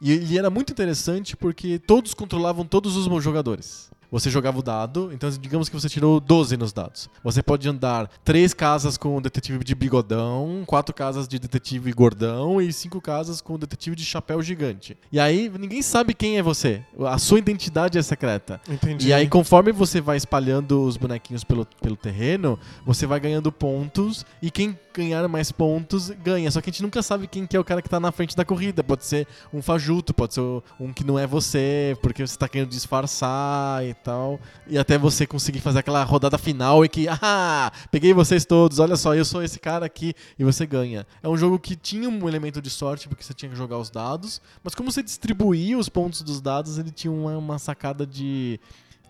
E ele era muito interessante porque todos controlavam todos os jogadores. Você jogava o dado, então digamos que você tirou 12 nos dados. Você pode andar três casas com o detetive de bigodão, quatro casas de detetive gordão e cinco casas com o detetive de chapéu gigante. E aí ninguém sabe quem é você. A sua identidade é secreta. Entendi. E aí, conforme você vai espalhando os bonequinhos pelo, pelo terreno, você vai ganhando pontos e quem ganhar mais pontos ganha. Só que a gente nunca sabe quem que é o cara que tá na frente da corrida. Pode ser um fajuto, pode ser um que não é você, porque você tá querendo disfarçar e tal. E até você conseguir fazer aquela rodada final e que, ah, peguei vocês todos, olha só, eu sou esse cara aqui e você ganha. É um jogo que tinha um elemento de sorte, porque você tinha que jogar os dados, mas como você distribuía os pontos dos dados, ele tinha uma, uma sacada de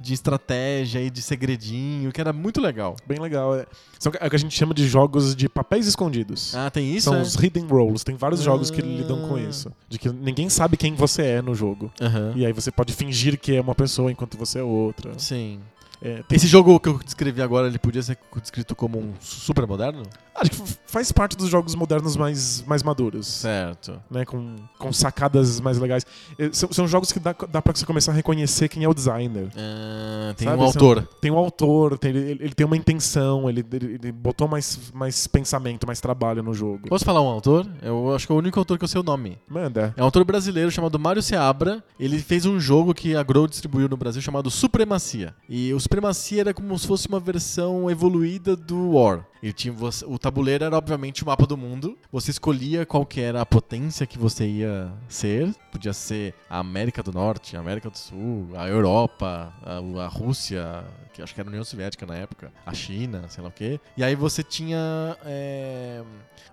de estratégia e de segredinho, que era muito legal. Bem legal. É. São, é o que a gente chama de jogos de papéis escondidos. Ah, tem isso? São é? os hidden roles. Tem vários jogos que Ah. lidam com isso. De que ninguém sabe quem você é no jogo. Aham. E aí você pode fingir que é uma pessoa enquanto você é outra. Ah. Sim. É, tem- Esse jogo que eu descrevi agora, ele podia ser descrito como um super moderno? acho que f- faz parte dos jogos modernos mais, mais maduros. Certo. Né, com, com sacadas mais legais. É, São, são jogos que dá, dá pra você começar a reconhecer quem é o designer. Ah, tem Sabe, um são- autor. Tem um autor, tem- ele, ele tem uma intenção, ele, ele- ele botou mais, mais pensamento, mais trabalho no jogo. Posso falar um autor? Eu acho que é o único autor que eu sei o nome. Manda. É um autor brasileiro chamado Mário Seabra. Ele fez um jogo que a Grow distribuiu no Brasil chamado Supremacia. E o Supremacia era como se fosse uma versão evoluída do War. Ele tinha você- o tabuleiro era obviamente o mapa do mundo. Você escolhia qual que era a potência que você ia ser. Podia ser a América do Norte, a América do Sul, a Europa, a, a Rússia, que acho que era a União Soviética na época, a China, sei lá o quê. E aí você tinha é,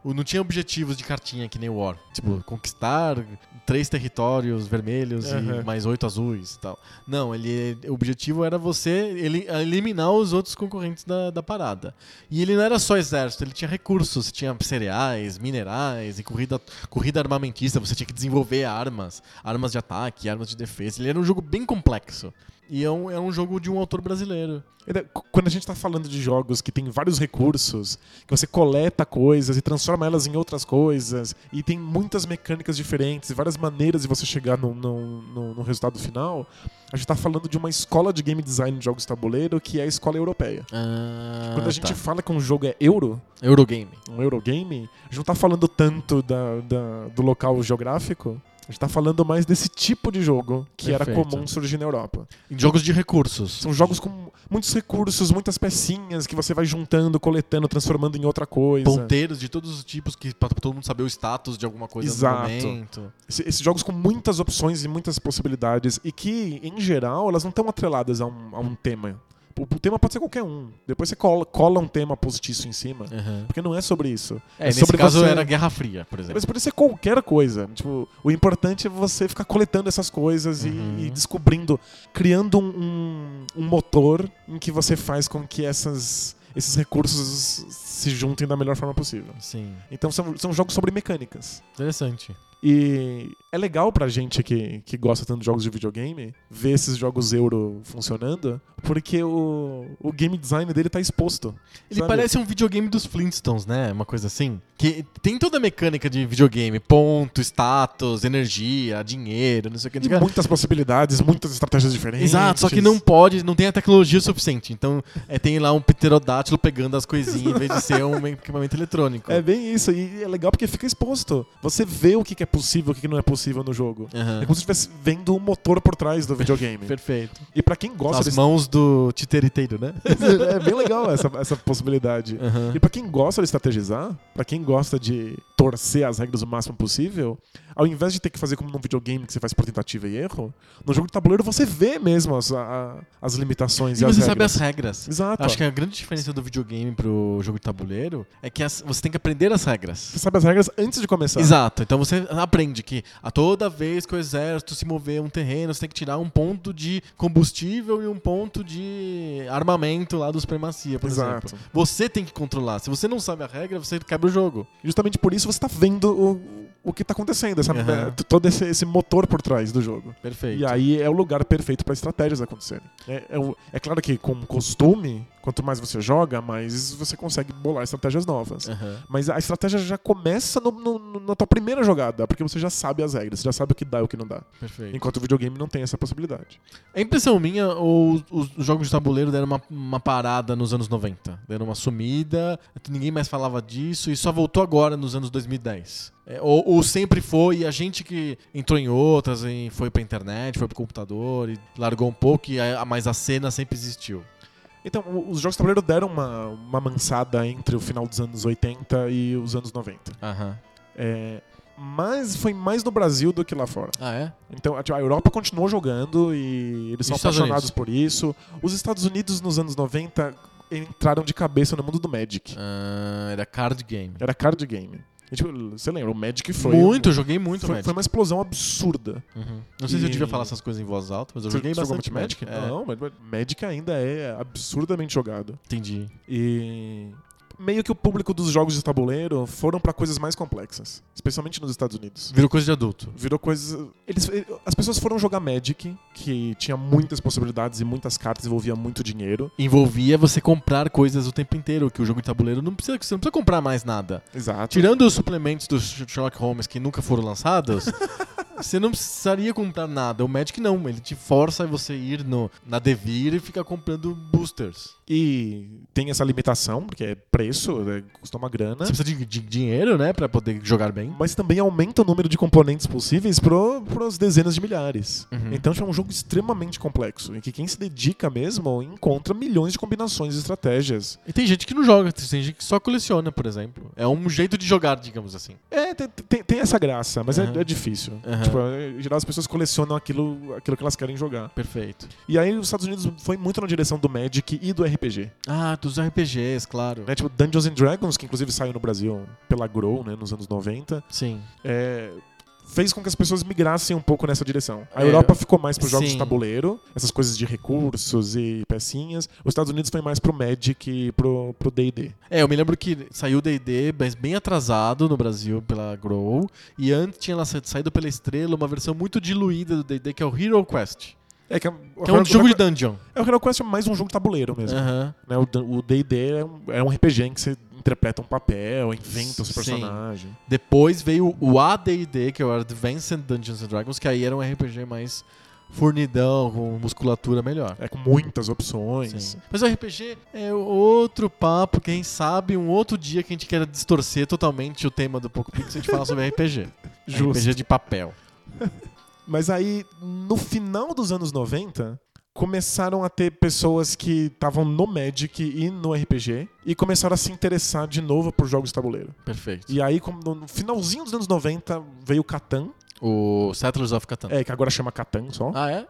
o- Não tinha objetivos de cartinha que nem o War. Tipo, conquistar três territórios vermelhos Aham. e mais oito azuis e tal. Não, ele, o objetivo era você ele, eliminar os outros concorrentes da, da parada. E ele não era só exército, ele tinha recursos. Tinha cereais, minerais e corrida, corrida armamentista. Você tinha que desenvolver armas, armas de ataque, armas de defesa. Ele era um jogo bem complexo. E é um, é um jogo de um autor brasileiro. Ainda- c- Quando a gente tá falando de jogos que tem vários recursos, que você coleta coisas e transforma elas em outras coisas, e tem muitas mecânicas diferentes, e várias maneiras de você chegar num, num- num- num resultado final, a gente tá falando de uma escola de game design de jogos de tabuleiro que é a escola europeia. Ah, Quando a gente tá. fala que um jogo é euro, Eurogame. um Eurogame, a gente não tá falando tanto da, da- do local geográfico, a gente tá falando mais desse tipo de jogo que era Perfeito. comum surgir na Europa. Em jogos de recursos. São jogos com muitos recursos, muitas pecinhas que você vai juntando, coletando, transformando em outra coisa. ponteiros de todos os tipos que pra todo mundo saber o status de alguma coisa Exato. no momento. Esse- Esses jogos com muitas opções e muitas possibilidades e que, em geral, elas não estão atreladas a um, a um tema. O, o tema pode ser qualquer um. Depois você cola, cola um tema postiço em cima. Porque não é sobre isso. É, nesse sobre caso você- era Guerra Fria, por exemplo. Mas podia ser qualquer coisa. Tipo, o importante é você ficar coletando essas coisas e- Uhum. e, descobrindo, criando um, um- um motor em que você faz com que essas, esses recursos se juntem da melhor forma possível. Sim, Então são, são jogos sobre mecânicas. interessante. E é legal pra gente que, que gosta tanto de jogos de videogame ver esses jogos euro funcionando, porque o, o game design dele tá exposto. Ele Sabe? parece um videogame dos Flintstones, né? Uma coisa assim. Que tem toda a mecânica de videogame: ponto, status, energia, dinheiro, não sei o que. Não E sei o que. muitas possibilidades, muitas estratégias diferentes. Exato, só que não pode, não tem a tecnologia suficiente. Então, é, tem lá um pterodátilo pegando as coisinhas em vez de ser um equipamento eletrônico. É bem isso, e é legal porque fica exposto. Você vê o que que é possível e o que que não é possível no jogo. Aham. É como se estivesse vendo o motor por trás do videogame. Perfeito. e pra quem gosta As desse... mãos do titeriteiro, né? é bem legal essa, essa possibilidade. Aham. E pra quem gosta de estrategizar, pra quem gosta de torcer as regras o máximo possível, ao invés de ter que fazer como num videogame que você faz por tentativa e erro, no jogo de tabuleiro você vê mesmo as, a- a- as limitações e, E as você regras. sabe as regras. Exato. Acho que é a grande diferença do videogame pro jogo de tabuleiro é que as- você tem que aprender as regras. Você sabe as regras antes de começar. Exato. Então você aprende que a toda vez que o exército se mover um terreno, você tem que tirar um ponto de combustível e um ponto de armamento lá do supremacia, por Exato. exemplo. Você tem que controlar. Se você não sabe a regra, você quebra o jogo. Justamente por isso você tá vendo o, o que tá acontecendo, essa- Aham. eh, t- todo esse, esse motor por trás do jogo. Perfeito. E aí é o lugar perfeito para estratégias acontecerem. É, é, o- é claro que com costume, quanto mais você joga, mais você consegue bolar estratégias novas. Aham. Mas a estratégia já começa no- no- no- na tua primeira jogada, porque você já sabe as regras, você já sabe o que dá e o que não dá. Perfeito. Enquanto o videogame não tem essa possibilidade. É impressão minha ou os os jogos de tabuleiro deram uma, uma parada nos anos 90? Deram uma sumida, ninguém mais falava disso e só voltou agora nos anos 2010. É, ou, ou sempre foi, e a gente que entrou em outras, e foi pra internet, foi pro computador e largou um pouco, e a, mas a cena sempre existiu. Então, o- os jogos de tabuleiro deram uma, uma mansada entre o final dos anos 80 e os anos 90. Aham. É, mas foi mais no Brasil do que lá fora. Ah, é? Então, a a Europa continuou jogando e eles são Os Estados apaixonados por isso. Os Estados Unidos, nos anos 90, entraram de cabeça no mundo do Magic. Ah, era card game. Era card game. E, tipo, você lembra, o Magic É, foi... um- muito, eu joguei muito foi, Magic. foi uma explosão absurda. Uhum. Não sei se eu E- devia falar essas coisas em voz alta, mas eu joguei Você jogou bastante muito Magic. É, Não, mas mas Magic ainda é absurdamente jogado. entendi. E... Meio que o público dos jogos de tabuleiro foram pra coisas mais complexas. Especialmente nos Estados Unidos. Virou coisa de adulto. Virou coisa. Eles, eh, as pessoas foram jogar Magic, que tinha muitas possibilidades e muitas cartas, envolvia muito dinheiro. envolvia você comprar coisas o tempo inteiro, que o jogo de tabuleiro não precisa, você não precisa comprar mais nada. Exato. Tirando os suplementos dos Sherlock Holmes que nunca foram lançados, Você não precisaria comprar nada. O Magic não. Ele te força a você ir no, na Devir e ficar comprando boosters. E tem essa limitação, porque é preço, né, custa uma grana. Você precisa de, de dinheiro, né? Pra poder jogar bem. Mas também aumenta o número de componentes possíveis pro, pros dezenas de milhares. Uhum. Então é um jogo extremamente complexo, em que quem se dedica mesmo encontra milhões de combinações e estratégias. E tem gente que não joga. Tem gente que só coleciona, por exemplo. É um jeito de jogar, digamos assim. É, tem, tem- tem essa graça, mas é- Aham. é, difícil. Aham. Tipo, em geral as pessoas colecionam aquilo, aquilo que elas querem jogar. Perfeito. E aí os Estados Unidos foi muito na direção do Magic e do RPG. Ah, dos RPGs, claro. Né? Tipo, Dungeons and Dragons, que inclusive saiu no Brasil pela Grow, né, nos anos 90, Sim. é, fez com que as pessoas migrassem um pouco nessa direção. A É, Europa ficou mais para jogos sim. de tabuleiro, essas coisas de recursos e pecinhas. Os Estados Unidos foi mais pro Magic e pro pro D&D. É, eu me lembro que saiu o D&D, mas bem atrasado no Brasil pela Grow. E antes tinha lá sa- saído pela Estrela uma versão muito diluída do D&D, que é o Hero Quest. É que, é, Que é um jogo de É. dungeon. É o Hero Quest é mais um jogo de tabuleiro mesmo. Aham. né? O D- O D&D é um- é um RPG em que você interpreta um papel, inventa os Sim. personagens. Depois veio o AD&D, que é o Advanced Dungeons and Dragons, que aí era um RPG mais fornidão, com musculatura melhor. É com muitas opções. Sim. Mas o RPG é outro papo, quem sabe um outro dia que a gente quer distorcer totalmente o tema do Poco Pix, a gente fala sobre RPG. Justo. RPG de papel. Mas aí, no final dos anos 90, começaram a ter pessoas que estavam no Magic e no RPG e começaram a se interessar de novo por jogos de tabuleiro. Perfeito. E aí, como no no finalzinho dos anos 90, veio o Catan, O Settlers of Catan. é, que agora chama Catan só. Ah, é?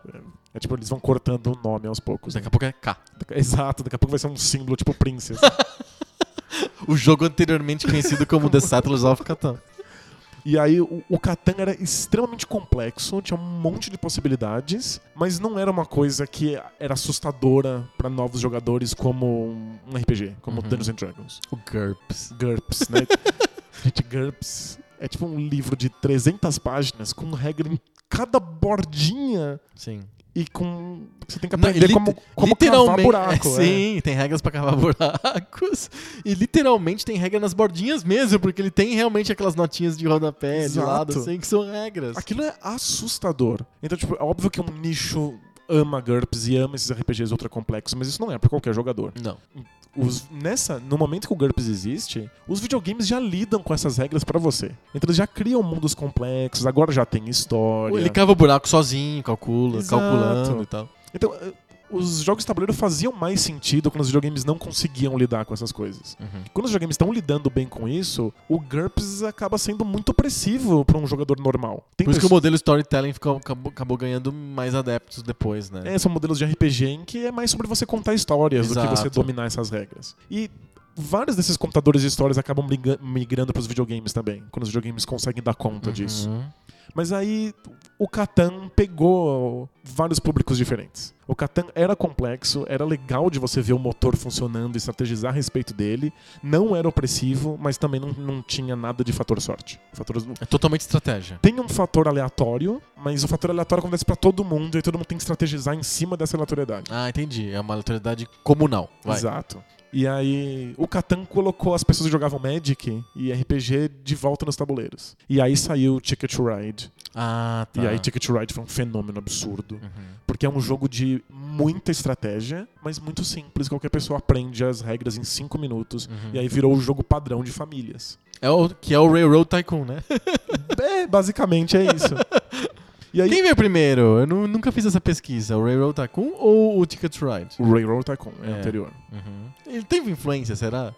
É tipo, eles vão cortando o nome aos poucos. Daqui a pouco é K. Exato, daqui a pouco vai ser um símbolo tipo Princess. O jogo anteriormente conhecido como The Settlers of Catan. E aí o, o Catan era extremamente complexo, tinha um monte de possibilidades, mas não era uma coisa que era assustadora pra novos jogadores como um um RPG, como Uhum. Dungeons and Dragons. O GURPS. GURPS, né? Gente, GURPS é tipo um livro de 300 páginas com regra em cada bordinha Sim. e com você tem que Não, aprender lit- como, como cavar buraco. é, é. Sim, tem regras pra cavar buracos. E literalmente tem regra nas bordinhas mesmo, porque ele tem realmente aquelas notinhas de rodapé de Exato. lado, assim, que são regras. Aquilo é assustador. Então, tipo, é óbvio que um nicho ama GURPS e ama esses RPGs ultra complexos, mas isso não é pra qualquer jogador. Não. Os- nessa, no momento que o GURPS existe, os videogames já lidam com essas regras pra você. Então eles já criam mundos complexos, agora já tem história. Ele cava o buraco sozinho, calcula, Exato. calculando e tal. Então, eh, os jogos de tabuleiro faziam mais sentido quando os videogames não conseguiam lidar com essas coisas. Uhum. Quando os videogames estão lidando bem com isso, o GURPS acaba sendo muito opressivo pra um jogador normal. Tem Por isso que o pessoas- modelo storytelling ficou, acabou, acabou ganhando mais adeptos depois, né? É, são modelos de RPG em que é mais sobre você contar histórias do que você Exato. dominar essas regras. E vários desses contadores de histórias acabam liga- migrando pros videogames também, quando os videogames conseguem dar conta disso. Uhum. Mas aí o Catan pegou vários públicos diferentes. O Catan era complexo, era legal de você ver o motor funcionando e estrategizar a respeito dele, não era opressivo, mas também não, não tinha nada de fator sorte. Fator, É totalmente estratégia. tem um fator aleatório, mas o fator aleatório acontece pra todo mundo e todo mundo tem que estrategizar em cima dessa aleatoriedade. Ah, entendi. É uma autoridade comunal. Vai. Exato. E aí, o Catan colocou as pessoas que jogavam Magic e RPG de volta nos tabuleiros. E aí saiu o Ticket to Ride. Ah, tá. E aí, Ticket to Ride foi um fenômeno absurdo. Uhum. Porque é um jogo de muita estratégia, mas muito simples. Qualquer pessoa aprende as regras em cinco minutos. Uhum. E aí virou o jogo padrão de famílias. É o, que é o Railroad Tycoon, né? é, basicamente é isso. E aí, Quem veio primeiro? Eu nu- nunca fiz essa pesquisa. O Railroad Tycoon ou o Ticket to Ride? o Railroad Tycoon é, É. anterior. Ele teve influência, será?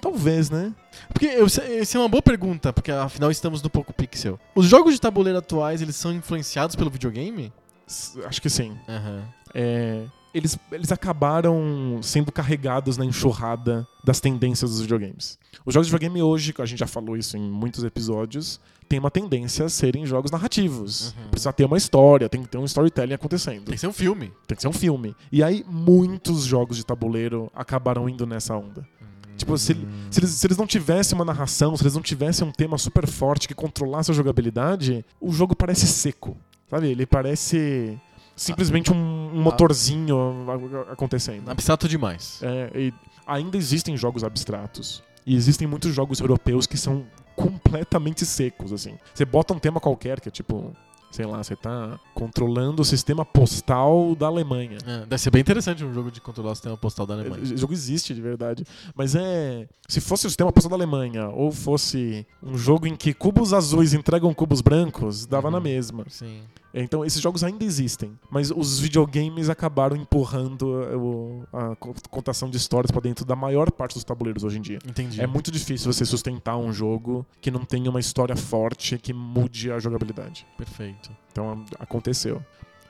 Talvez, né? Porque eu, se- essa é uma boa pergunta, porque afinal estamos no Poco Pixel. Os jogos de tabuleiro atuais, eles são influenciados pelo videogame? S- Acho que sim. Aham. É, eles, eles acabaram sendo carregados na enxurrada das tendências dos videogames. Os jogos de videogame hoje, que a gente já falou isso em muitos episódios, tem uma tendência a serem jogos narrativos. Uhum. Precisa ter uma história, tem que ter um storytelling acontecendo. Tem que ser um filme. Tem que ser um filme. E aí, muitos jogos de tabuleiro acabaram indo nessa onda. Hum. Tipo, se, se eles, se eles não tivessem uma narração, se eles não tivessem um tema super forte que controlasse a jogabilidade, o jogo parece seco. Sabe? Ele parece simplesmente um, um motorzinho a- a- acontecendo. Abstrato demais. É, e ainda existem jogos abstratos. E existem muitos jogos europeus que são completamente secos, assim. Você bota um tema qualquer, que é tipo, sei lá, você tá controlando o sistema postal da Alemanha. É, deve ser bem interessante um jogo de controlar o sistema postal da Alemanha. O É, jogo existe de verdade. Mas é. Se fosse o sistema postal da Alemanha, ou fosse um jogo em que cubos azuis entregam cubos brancos, dava Uhum. na mesma. Sim. Então, esses jogos ainda existem, mas os videogames acabaram empurrando eh, o- a co- contação de histórias pra dentro da maior parte dos tabuleiros hoje em dia. Entendi. É muito difícil você sustentar um jogo que não tenha uma história forte que mude a jogabilidade. perfeito. Então, a- aconteceu.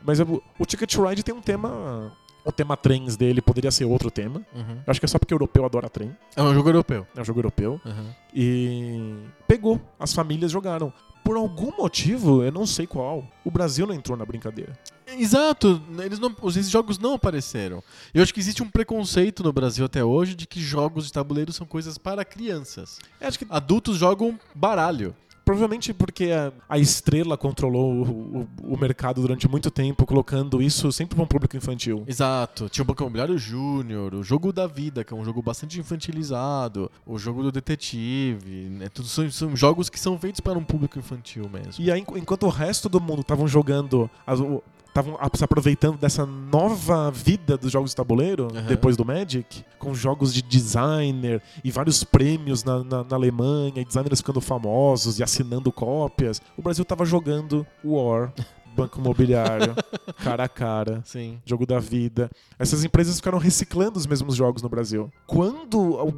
Mas eu- o Ticket to Ride tem um tema. O tema trens dele poderia ser outro tema. Uhum. Eu acho que é só porque o europeu adora trem. É um jogo europeu. É um jogo europeu. Uhum. E pegou. As famílias jogaram. Por algum motivo, eu não sei qual, o Brasil não entrou na brincadeira. Exato, eles não, os- esses jogos não apareceram. Eu acho que existe um preconceito no Brasil até hoje de que jogos de tabuleiro são coisas para crianças. É, acho que Adultos jogam baralho. provavelmente porque a, a estrela controlou o, o- o mercado durante muito tempo, colocando isso sempre para um público infantil. Exato. Tinha o Banco Imobiliário Júnior, o Jogo da Vida, que é um jogo bastante infantilizado, o Jogo do Detetive. Né? Tudo são, são jogos que são feitos para um público infantil mesmo. E aí, enqu- enquanto o resto do mundo estavam jogando, estavam se aproveitando dessa nova vida dos jogos de tabuleiro, Aham. depois do Magic, com jogos de designer e vários prêmios na, na- na Alemanha, e designers ficando famosos e assinando cópias, o Brasil tava jogando War, Banco Imobiliário, cara a cara. Sim. Jogo da Vida. Essas empresas ficaram reciclando os mesmos jogos no Brasil. Quando al-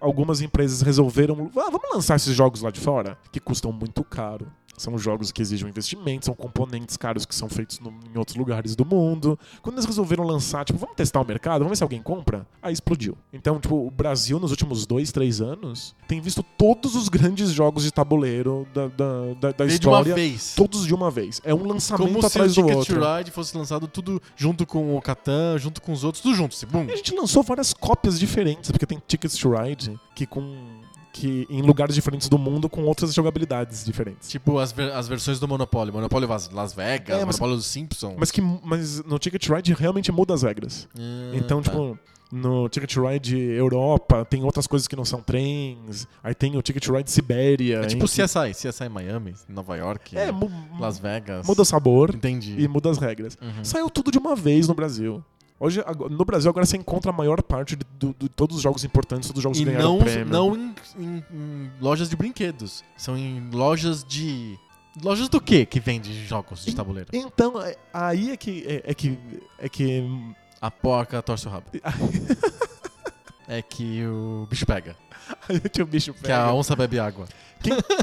algumas empresas resolveram, "Ah, vamos lançar esses jogos lá de fora, que custam muito caro. São jogos que exigem investimento, são componentes caros que são feitos no- em outros lugares do mundo. Quando eles resolveram lançar, tipo, vamos testar o mercado, vamos ver se alguém compra, aí explodiu. Então, tipo, o Brasil nos últimos dois, três anos tem visto todos os grandes jogos de tabuleiro da, da, da- da Veio de uma história. vez. Todos de uma vez. É um lançamento Como se o atrás do Ticket outro. to Ride fosse lançado tudo junto com o Catan, junto com os outros, tudo junto. assim, Bum. E a gente lançou várias cópias diferentes, porque tem Tickets to Ride que com que em lugares diferentes do mundo com outras jogabilidades diferentes. Tipo as, ver- as versões do Monopólio. Monopólio Vas- Las Vegas, É, mas- Monopólio dos Simpsons. Mas que mas no Ticket to Ride realmente muda as regras. Ah, então, tá. tipo, no Ticket to Ride Europa tem outras coisas que não são trens, aí tem o Ticket to Ride Sibéria. É em tipo que- CSI. CSI Miami, Nova York, é, mu- Las Vegas. muda o sabor Entendi. e muda as regras. Uhum. Saiu tudo de uma vez no Brasil. Hoje, agora- no Brasil, agora você encontra a maior parte de, do- de todos os jogos importantes, todos os jogos E que ganharam não, prêmio. não em, em- em lojas de brinquedos. São em lojas de. Lojas do que que vende jogos de tabuleiro? Então, é- aí é que. É, é que. É que. A porca torce o rabo. é que o bicho pega. aí é que o bicho Que a pega. onça bebe água.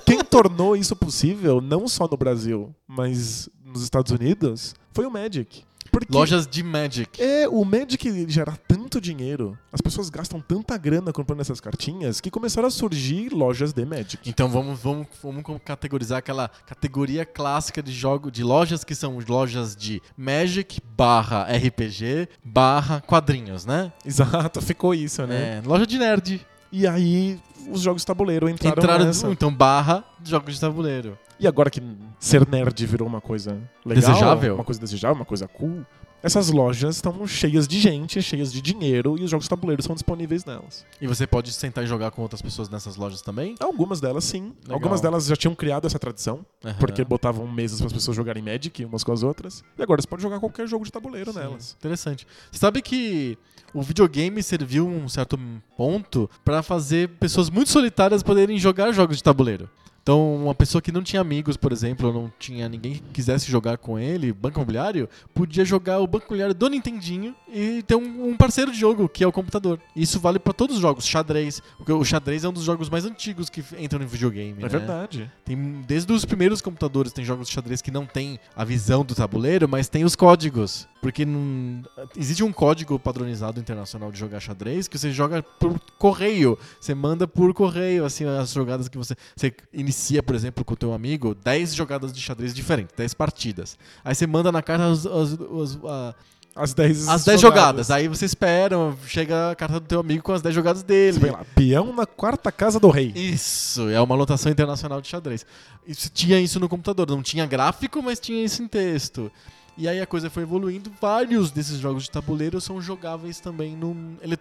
Quem tornou isso possível, não só no Brasil, mas nos Estados Unidos, foi o Magic. Porque Lojas de Magic. É, o Magic gera tanto dinheiro, as pessoas gastam tanta grana comprando essas cartinhas, que começaram a surgir lojas de Magic. Então vamos, vamos, vamos co- categorizar aquela categoria clássica de jogo de lojas que são lojas de Magic barra RPG barra quadrinhos, né? Exato, ficou isso, né? É, loja de nerd. E aí os jogos de tabuleiro entraram, Entraram nessa. então barra jogos de tabuleiro. E agora que ser nerd virou uma coisa legal, Desejável. uma coisa desejável, uma coisa cool, essas lojas estão cheias de gente, cheias de dinheiro e os jogos de tabuleiro são disponíveis nelas. E você pode sentar e jogar com outras pessoas nessas lojas também? Algumas delas sim, Legal. É. algumas delas já tinham criado essa tradição, Aham. porque botavam mesas para as pessoas jogarem Magic umas com as outras, e agora você pode jogar qualquer jogo de tabuleiro Sim, nelas. Interessante. Você sabe que o videogame serviu um certo ponto pra fazer pessoas muito solitárias poderem jogar jogos de tabuleiro. Então, uma pessoa que não tinha amigos, por exemplo, ou não tinha ninguém que quisesse jogar com ele, Banco Imobiliário, podia jogar o Banco Imobiliário do Nintendinho e ter um, um parceiro de jogo, que é o computador. E Isso vale pra todos os jogos, xadrez, porque o xadrez é um dos jogos mais antigos que f- entram no videogame. É né? verdade. Tem, desde os primeiros computadores tem jogos de xadrez que não tem a visão do tabuleiro, mas tem os códigos. Porque não- existe um código padronizado internacional de jogar xadrez que você joga por correio. Você manda por correio, assim, as jogadas que você. Você inicia, por exemplo, com o teu amigo, 10 jogadas de xadrez diferentes, 10 partidas. Aí você manda na carta as, as- as- a- As 10 as 10 jogadas. Aí você espera, chega a carta do teu amigo com as 10 jogadas dele. Você põe lá, peão na quarta casa do rei. Isso, é uma lotação internacional de xadrez. Isso, tinha isso no computador, não tinha gráfico, mas tinha isso em texto. E aí a coisa foi evoluindo. Vários desses jogos de tabuleiro são jogáveis também no,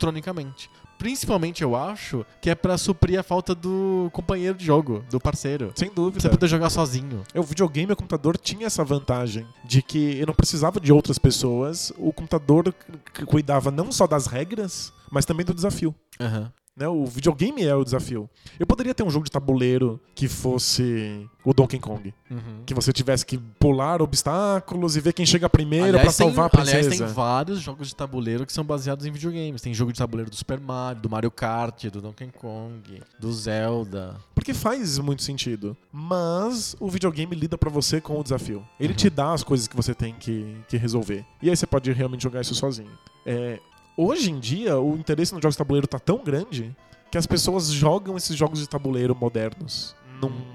eletronicamente. Principalmente, eu acho, que é pra suprir a falta do companheiro de jogo, do parceiro. Sem Pra Você dúvida. poder jogar sozinho. É, O videogame e o computador tinha essa vantagem de que eu não precisava de outras pessoas. O computador c- c- cuidava não só das regras, mas também do desafio. Aham. né? O videogame é o desafio. Eu poderia ter um jogo de tabuleiro que fosse o Donkey Kong. Uhum. Que você tivesse que pular obstáculos e ver quem chega primeiro pra Aliás, tem- salvar a aliás, princesa. tem vários jogos de tabuleiro que são baseados em videogames. Tem jogo de tabuleiro do Super Mario, do Mario Kart, do Donkey Kong, do Zelda. Porque faz muito sentido. Mas o videogame lida pra você com o desafio. Ele Uhum. te dá as coisas que você tem que, que resolver. E aí você pode realmente jogar isso sozinho. É, hoje em dia, o interesse nos jogos de tabuleiro tá tão grande que as pessoas jogam esses jogos de tabuleiro modernos.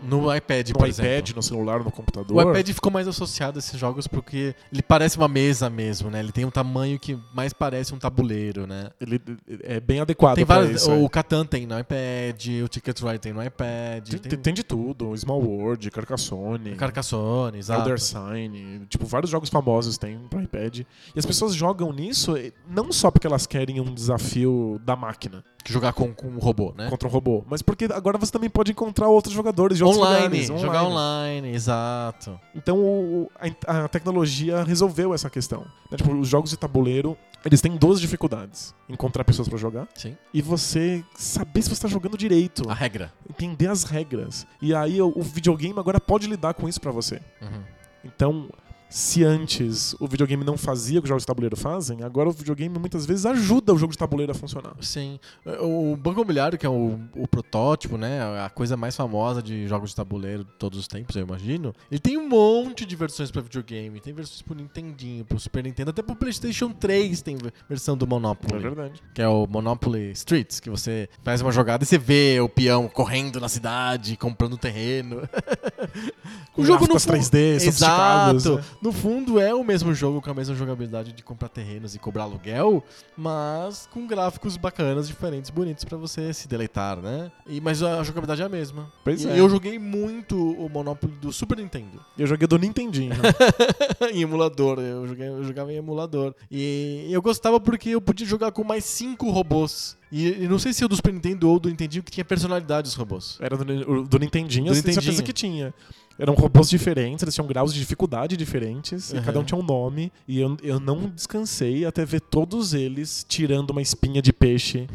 Num, No iPad, no Hum. por iPad, exemplo. no celular, no computador. O iPad ficou mais associado a esses jogos porque ele parece uma mesa mesmo, né? Ele tem um tamanho que mais parece um tabuleiro, né? ele é bem adequado Tem pra várias, isso. é. o Catan tem no iPad, o Ticket Ride tem no iPad, Tem, tem, tem- tem de tudo. Small World, Carcassonne, Carcassonne, exato. Elder Sign. Tipo, vários jogos famosos tem pro iPad. E as pessoas jogam nisso e- não só porque elas querem um desafio da máquina Que jogar com, com um robô, né? contra um robô, mas porque agora você também pode encontrar outros jogadores de outros Online, lugares. jogar online, exato. Então o- o- a in- a, tecnologia resolveu essa questão. né? Tipo, os jogos de tabuleiro, eles têm duas dificuldades. Encontrar pessoas pra jogar Sim. Ah. e você saber se você tá jogando direito. A regra. entender as regras. E aí o o videogame agora pode lidar com isso pra você. Uhum. Então, se antes o videogame não fazia o que os jogos de tabuleiro fazem, agora o videogame muitas vezes ajuda o jogo de tabuleiro a funcionar. Sim. O Banco Imobiliário, que é o, o protótipo, né? A coisa mais famosa de jogos de tabuleiro de todos os tempos, eu imagino. Ele tem um monte de versões pra videogame. Tem versões pro Nintendinho, pro Super Nintendo, até pro PlayStation 3 tem ver- versão do É Monopoly. verdade. que é o Monopoly Streets, que você faz uma jogada e você vê o peão correndo na cidade, comprando terreno. Com gráficos 3D sofisticados, Exato. né? No fundo é o mesmo jogo com a mesma jogabilidade de comprar terrenos e cobrar aluguel, mas com gráficos bacanas, diferentes, bonitos pra você se deleitar, né? E, mas a jogabilidade é a mesma. Pois E é. Eu joguei muito o Monopoly do Super Nintendo. Eu joguei do Nintendinho. em emulador, eu, joguei- eu jogava em emulador. E eu gostava porque eu podia jogar com mais cinco robôs. E, e não sei se o do Super Nintendo ou do Nintendinho que tinha personalidade os robôs. Era do, Ni- o- do Nintendinho, assim, Do eu tenho certeza Nintendinho. que tinha. Eram robôs diferentes, eles tinham graus de dificuldade diferentes, e Uhum. cada um tinha um nome. E eu, eu não descansei até ver todos eles tirando uma espinha de peixe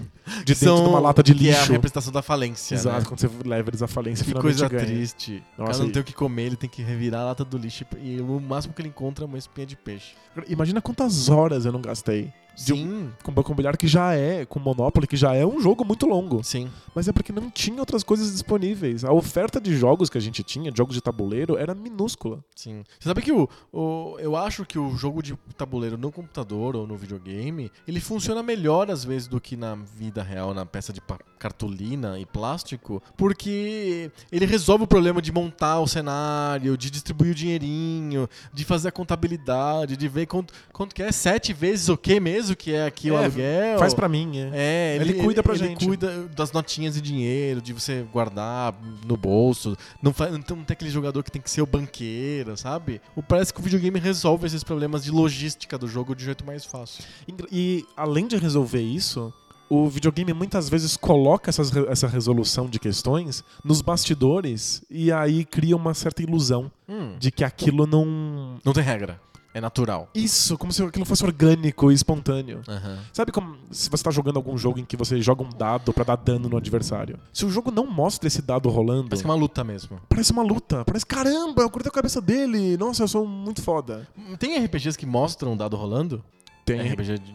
de dentro de uma lata de que é a lixo. representação da falência. Exato, né? quando você leva eles à falência, Que finalmente coisa ganha. triste. o Nossa, cara não e- tem o que comer, ele tem que revirar a lata do lixo e o máximo que ele encontra é uma espinha de peixe. um Imagina quantas horas eu não gastei De um Sim, com Banco Imobiliário, que já é, com Monopoly, que já é um jogo muito longo. sim. Mas é porque não tinha outras coisas disponíveis. A oferta de jogos que a gente tinha, de jogos de tabuleiro, era minúscula. Sim. Você sabe que o, o- eu acho que o jogo de tabuleiro no computador ou no videogame, ele funciona melhor às vezes do que na vida real, na peça de pa- cartolina e plástico, porque ele resolve o problema de montar o cenário, de distribuir o dinheirinho, de fazer a contabilidade, de ver quanto, quanto que é sete vezes o que mesmo que é aqui o É, aluguel. Faz pra mim, é. É, Ele cuida pra ele gente. cuida das notinhas de dinheiro, de você guardar no bolso. Não, fa- não tem não tem aquele jogador que tem que ser o banqueiro, sabe? O- Parece que o videogame resolve esses problemas de logística do jogo de jeito mais fácil. Engra- E além de resolver isso, o videogame muitas vezes coloca essas re- essa resolução de questões nos bastidores e aí cria uma certa ilusão Hum. de que aquilo não. Não tem regra. É natural. Isso, como se aquilo fosse orgânico e espontâneo. Aham. Sabe como se você tá jogando algum jogo em que você joga um dado pra dar dano no adversário? Se o jogo não mostra esse dado Parece rolando, parece que é uma, uma luta mesmo. luta. Parece, caramba, eu cortei a cabeça dele. Nossa, eu sou muito foda. É, Tem RPGs que mostram o dado rolando? RPG de,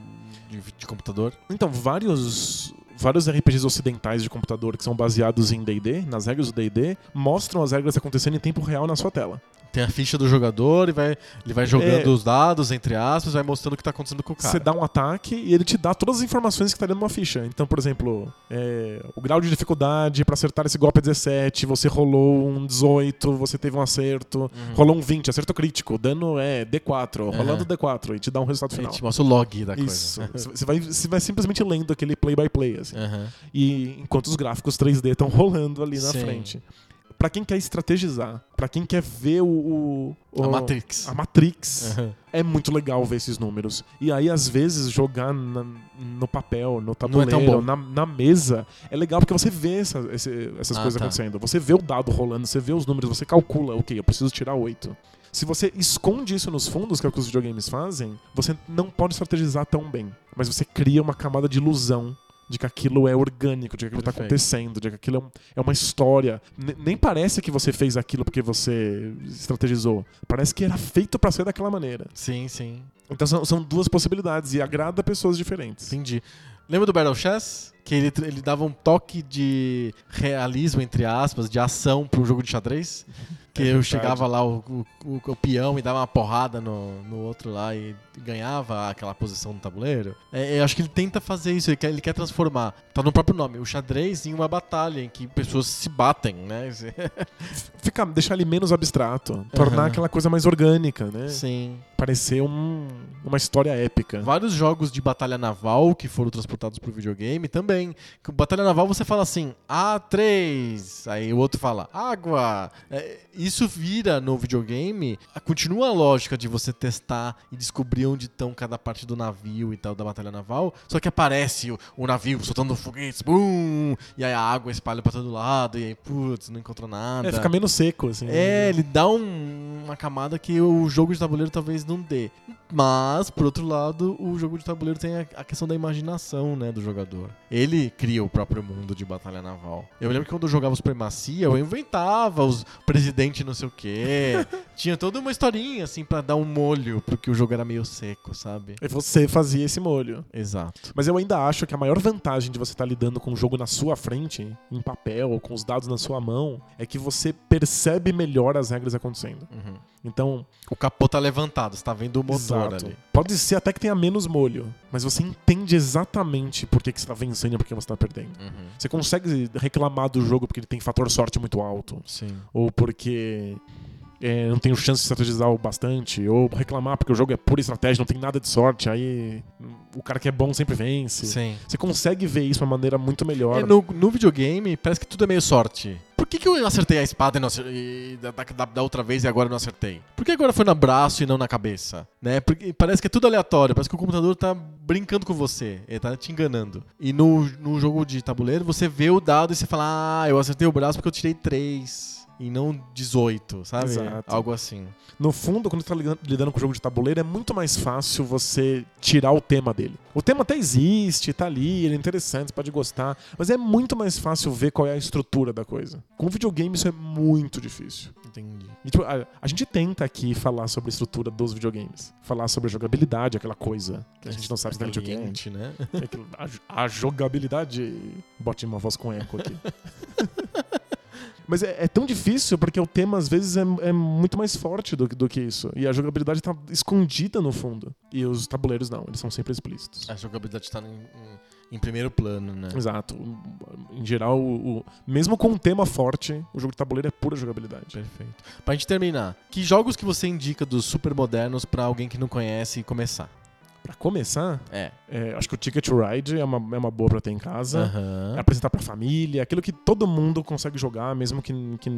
de- de computador? Então, vários. Vários RPGs ocidentais de computador que são baseados em D&D, nas regras do D&D, mostram as regras acontecendo em tempo real na sua tela. Tem a ficha do jogador e vai, ele vai jogando os dados, entre aspas, vai mostrando o que tá acontecendo com o cara. Você dá um ataque e ele te dá todas as informações que tá dentro de uma ficha. Então, por exemplo, é, o grau de dificuldade pra acertar esse golpe é 17, você rolou um 18, você teve um acerto, Uhum. rolou um 20, acerto crítico, o dano é D4, rolando D4 e te dá um resultado Ele final. te mostra o log da Isso. coisa. Você vai, você vai simplesmente lendo aquele play by play, assim. Aham. E enquanto os gráficos 3D estão rolando ali na Sim. frente. pra quem quer estrategizar, pra quem quer ver o. o- o- A Matrix. a Matrix. Aham. É muito legal ver esses números. E aí, às vezes, jogar na- no papel, no tabuleiro, é tão bom. na, na mesa, é legal porque você vê essa- esse- essas Ah, coisas tá. acontecendo. Você vê o dado rolando, você vê os números, você calcula, ok, eu preciso tirar oito. Se você esconde isso nos fundos, que é o que os videogames fazem, você não pode estrategizar tão bem. Mas você cria uma camada de ilusão de que aquilo é orgânico, de que aquilo tá Perfeito. acontecendo, de que aquilo é, um- é uma história. Ne- nem parece que você fez aquilo porque você estrategizou. Parece que era feito pra ser daquela maneira. Sim, sim. Então são, são duas possibilidades e agrada pessoas diferentes. Entendi. Lembra do Battle Chess? Que ele, tr- ele dava um toque de realismo, entre aspas, de ação para um jogo de xadrez? Que É eu verdade. chegava lá, o, o, o- o peão, e dava uma porrada no, no outro lá e ganhava aquela posição no tabuleiro. É, eu acho que ele tenta fazer isso, ele quer, ele quer transformar. Tá no próprio nome, o xadrez em uma batalha em que pessoas se batem, né? Fica, deixar ele menos abstrato, tornar Aham. aquela coisa mais orgânica, né? Sim. Parecer um- uma história épica. Vários jogos de batalha naval que foram transportados pro videogame também. Que Batalha naval você fala assim, A3, aí o outro fala, água. É, isso vira no videogame, a- continua a lógica de você testar e descobrir onde estão cada parte do navio e tal da batalha naval, só que aparece o, o navio soltando foguetes, bum, e aí a água espalha pra todo lado, e aí, putz, não encontrou nada. É, fica menos seco, assim. É, ele dá um- uma camada que o jogo de tabuleiro talvez não dê. Mas, por outro lado, o jogo de tabuleiro tem a, a questão da imaginação, né, do jogador. Ele cria o próprio mundo de batalha naval. Eu lembro que quando eu jogava Supremacia, eu inventava os presidente não sei o quê. Tinha toda uma historinha, assim, pra dar um molho, porque o jogo era meio seco, sabe? E É, você fazia esse molho. Exato. Mas eu ainda acho que a maior vantagem de você estar lidando com o jogo na sua frente, em papel, com os dados na sua mão, é que você percebe melhor as regras acontecendo. Uhum. Então, O capô tá levantado, você tá vendo o motor exato. ali. Pode ser até que tenha menos molho, mas você entende exatamente por que, que você tá vencendo e por que você tá perdendo. Uhum. Você consegue reclamar do jogo porque ele tem fator sorte muito alto, Sim. ou porque é, não tenho chance de estrategizar o bastante, ou reclamar porque o jogo é pura estratégia, não tem nada de sorte, aí o cara que é bom sempre vence. Sim. Você consegue ver isso de uma maneira muito melhor. É, no, no videogame, parece que tudo é meio sorte. Por que, que eu acertei a espada e não acertei, da, da- da outra vez e agora eu não acertei? Por que agora foi no braço e não na cabeça? Né? Porque parece que é tudo aleatório, parece que o computador tá brincando com você, ele tá te enganando. E no, no jogo de tabuleiro, você vê o dado e você fala, ah, eu acertei o braço porque eu tirei 3. E não 18, sabe? Exato. Algo assim. No fundo, quando você tá ligan- lidando com o jogo de tabuleiro, é muito mais fácil você tirar o tema dele. O tema até existe, tá ali, ele é interessante, você pode gostar, mas é muito mais fácil ver qual é a estrutura da coisa. Com videogame, isso é muito difícil. Entendi. E, tipo, a, a gente tenta aqui falar sobre a estrutura dos videogames. Falar sobre a jogabilidade, aquela coisa que a gente não sabe exatamente o que é. Excelente, né? Que é aquilo- a jo- A, jogabilidade. Bote uma voz com eco aqui. Mas é, é tão difícil porque o tema às vezes é, é muito mais forte do, que- do que isso. E a jogabilidade tá escondida no fundo. E os tabuleiros não, eles são sempre explícitos. A jogabilidade tá em, em- em primeiro plano, né? Exato. Em geral, o- o- mesmo com um tema forte, o jogo de tabuleiro é pura jogabilidade. Perfeito. Pra gente terminar, que jogos que você indica dos super modernos pra alguém que não conhece começar? Pra começar, É. é, acho que o Ticket to Ride é uma, é uma boa pra ter em casa. É Aham. apresentar pra família, aquilo que todo mundo consegue jogar, mesmo que, que,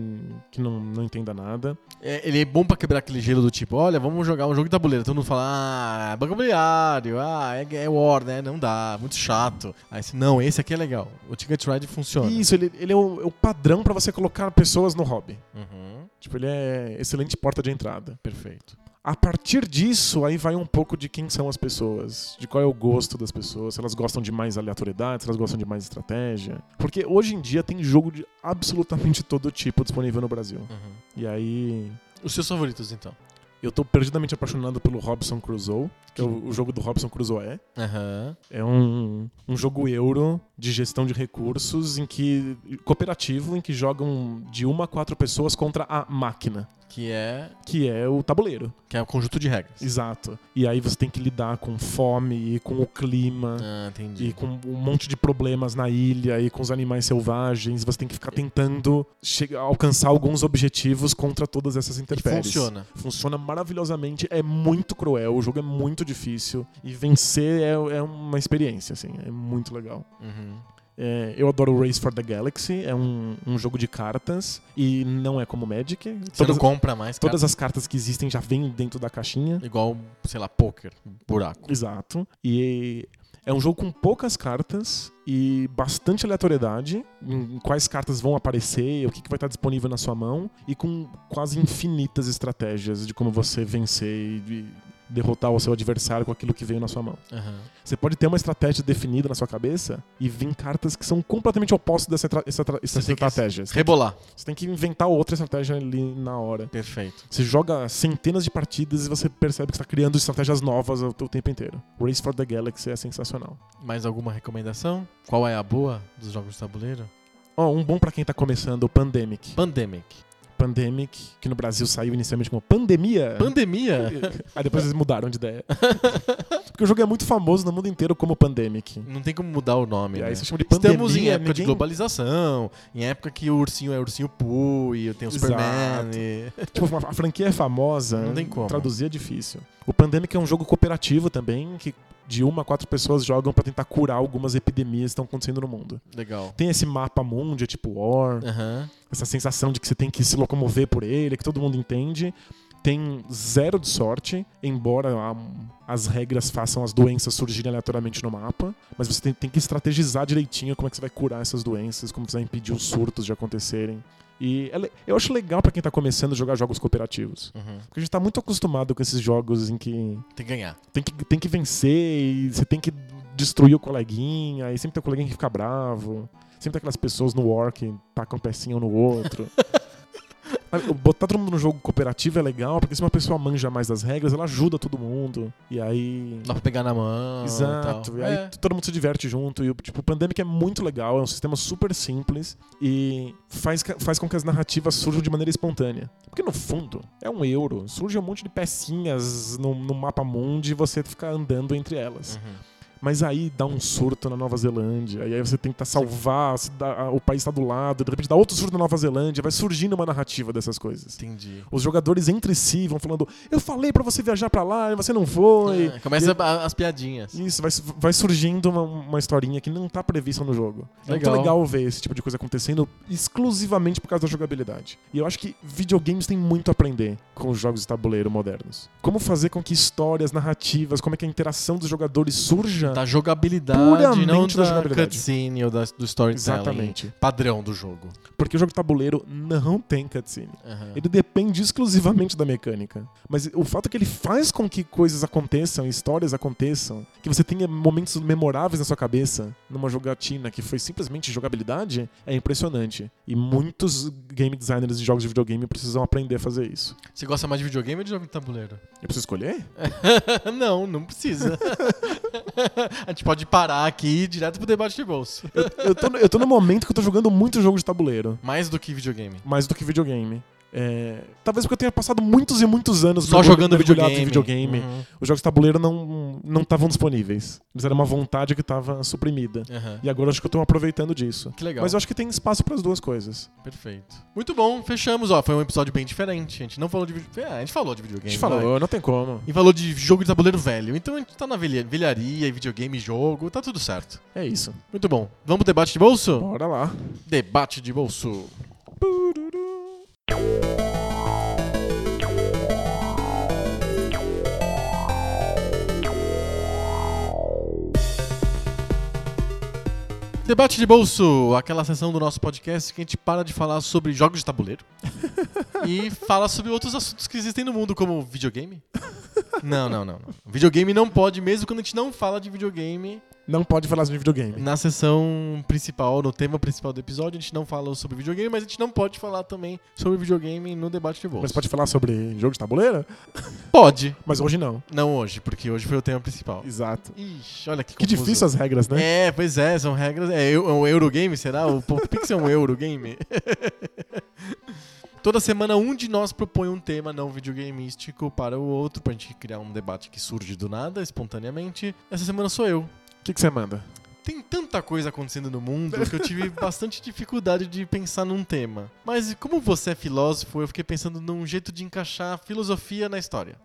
que não, não entenda nada. É, ele é bom pra quebrar aquele gelo do tipo, olha, vamos jogar um jogo de tabuleiro. Todo mundo fala, ah, é banco imobiliário, ah, é, é War, né? Não dá, muito chato. Aí você, não, esse aqui é legal. O Ticket Ride funciona. Isso, ele, ele é, o, é o padrão pra você colocar pessoas no hobby. Uhum. Tipo, ele é excelente porta de entrada. Perfeito. A partir disso, aí vai um pouco de quem são as pessoas, de qual é o gosto das pessoas, se elas gostam de mais aleatoriedade, se elas gostam de mais estratégia. Porque hoje em dia tem jogo de absolutamente todo tipo disponível no Brasil. Uhum. E aí, Os seus favoritos, então? eu tô perdidamente apaixonado pelo Robson Crusoe, que é o, o jogo do Robson Crusoe é. Aham. É um, um jogo euro de gestão de recursos em que cooperativo em que jogam de uma a quatro pessoas contra a máquina, Que é. que é o tabuleiro. Que é o conjunto de regras. Exato. E aí você tem que lidar com fome e com o clima. Ah, entendi. E com um monte de problemas na ilha e com os animais selvagens, você tem que ficar tentando chegar, alcançar alguns objetivos contra todas essas E intempéries. funciona. Funciona maravilhosamente, é muito cruel, o jogo é muito difícil e vencer é, é uma experiência, assim, é muito legal. Uhum. É, eu adoro Race for the Galaxy, é um, um jogo de cartas e não é como Magic. Você Todas, não compra mais, cara. todas as cartas que existem já vêm dentro da caixinha. Igual, sei lá, poker, buraco. Exato. E é um jogo com poucas cartas e bastante aleatoriedade em quais cartas vão aparecer, o que, que vai estar disponível na sua mão e com quase infinitas estratégias de como você vencer e derrotar o seu adversário com aquilo que veio na sua mão. Aham. Você pode ter uma estratégia definida na sua cabeça e vir cartas que são completamente opostas dessa tra- essa tra- essa Você tem que- estratégia. Você tem Rebolar. que- você tem que inventar outra estratégia ali na hora. Perfeito. Você joga centenas de partidas e você percebe que está criando estratégias novas o o tempo inteiro. Race for the Galaxy é sensacional. Mais alguma recomendação? Qual é a boa dos jogos de tabuleiro? Ó, um bom pra quem tá começando, o Pandemic. Pandemic. Pandemic, que no Brasil saiu inicialmente como Pandemia. É. Pandemia? Aí depois eles mudaram de ideia. Porque o jogo é muito famoso no mundo inteiro como Pandemic. Não tem como mudar o nome, E né? aí você chama de pandemia. Estamos em época de ninguém- globalização, em época que o ursinho é ursinho Pooh e tem o Exato. Superman. e- Tipo, uma- a franquia é famosa. Não tem como. Traduzir é difícil. O Pandemic é um jogo cooperativo também, que de uma a quatro pessoas jogam pra tentar curar algumas epidemias que estão acontecendo no mundo. Legal. Tem esse mapa mundi, é tipo War, Aham. essa sensação de que você tem que se locomover por ele, que todo mundo entende. Tem zero de sorte, embora a- as regras façam as doenças surgirem aleatoriamente no mapa, mas você tem, tem que estrategizar direitinho como é que você vai curar essas doenças, como você vai impedir os surtos de acontecerem. E é le- eu acho legal pra quem tá começando a jogar jogos cooperativos. Uhum. Porque a gente tá muito acostumado com esses jogos em que Tem que ganhar. tem que, tem que vencer e você tem que destruir o coleguinha, e sempre tem o coleguinha que fica bravo, sempre tem aquelas pessoas no war que tacam pecinha um no outro. Sabe, Botar todo mundo no jogo cooperativo é legal, porque se uma pessoa manja mais das regras, ela ajuda todo mundo. E aí. Dá pra pegar na mão. e Exato. tal. E aí É. todo mundo se diverte junto. E o tipo, o Pandemic é muito legal, é um sistema super simples e faz, ca- faz com que as narrativas surjam de maneira espontânea. Porque no fundo, é um euro. Surge um monte de pecinhas no, no mapa mundi e você fica andando entre elas. Uhum. Mas aí dá um surto na Nova Zelândia, e aí você tenta salvar, se dá- a- o país tá do lado, de repente dá outro surto na Nova Zelândia, vai surgindo uma narrativa dessas coisas. Entendi. Os jogadores entre si vão falando: Eu falei pra você viajar pra lá, e você não foi. Ah, começa a- as piadinhas. Isso, vai, vai surgindo uma, uma historinha que não tá prevista no jogo. É muito Legal. legal ver esse tipo de coisa acontecendo exclusivamente por causa da jogabilidade. E eu acho que videogames têm muito a aprender com os jogos de tabuleiro modernos. Como fazer com que histórias, narrativas, como é que a interação dos jogadores surja. Da jogabilidade, Puramente não da da jogabilidade. cutscene ou da, do storytelling. Exatamente. Padrão do jogo. Porque o jogo de tabuleiro não tem cutscene. Aham. Ele depende exclusivamente da mecânica. Mas o fato é que ele faz com que coisas aconteçam, histórias aconteçam, que você tenha momentos memoráveis na sua cabeça numa jogatina que foi simplesmente jogabilidade, é impressionante. E muitos game designers de jogos de videogame precisam aprender a fazer isso. Você gosta mais de videogame ou de jogo de tabuleiro? Eu preciso escolher? não, não precisa. a gente pode parar aqui e ir direto pro debate de bolso. Eu tô, no- eu tô no momento que eu tô jogando muito jogo de tabuleiro, Mais do que videogame. mais do que videogame. É, talvez porque eu tenha passado muitos e muitos anos Só jogando mergulhado videogame. em videogame. Uhum. Os jogos de tabuleiro não não estavam disponíveis. Eles eram uma vontade que estava suprimida. Uhum. Aham. E agora acho que eu tô aproveitando disso. Que legal. Mas eu acho que tem espaço para as duas coisas. Perfeito. Muito bom, fechamos. Ó, foi um episódio bem diferente. A gente não falou de videogame. a gente falou de videogame. A gente vai. falou, não tem como. E falou de jogo de tabuleiro velho. Então a gente tá na velha- velharia, e videogame, jogo, tá tudo certo. É isso. Muito bom. Vamos pro debate de bolso? Bora lá. Debate de bolso. Pururu. Debate de bolso, aquela sessão do nosso podcast que a gente para de falar sobre jogos de tabuleiro e fala sobre outros assuntos que existem no mundo, como videogame. Não, não, não, não. Videogame não pode, mesmo quando a gente não fala de videogame, Não pode falar de videogame. na sessão principal, no tema principal do episódio, a gente não fala sobre videogame, mas a gente não pode falar também sobre videogame no debate de bolso. Mas pode falar sobre jogo de tabuleiro? Pode. Mas hoje não. Não hoje, porque hoje foi o tema principal. Exato. Ixi, olha que Que confuso. difícil as regras, né? É, pois é, são regras. É, eu- é um Eurogame, será? O po- Por que, que isso é um Eurogame? Toda semana um de nós propõe um tema não videogameístico para o outro, pra gente criar um debate que surge do nada, espontaneamente. Essa semana sou eu. O que, que você manda? Tem tanta coisa acontecendo no mundo que eu tive bastante dificuldade de pensar num tema. Mas como você é filósofo, eu fiquei pensando num jeito de encaixar a filosofia na história.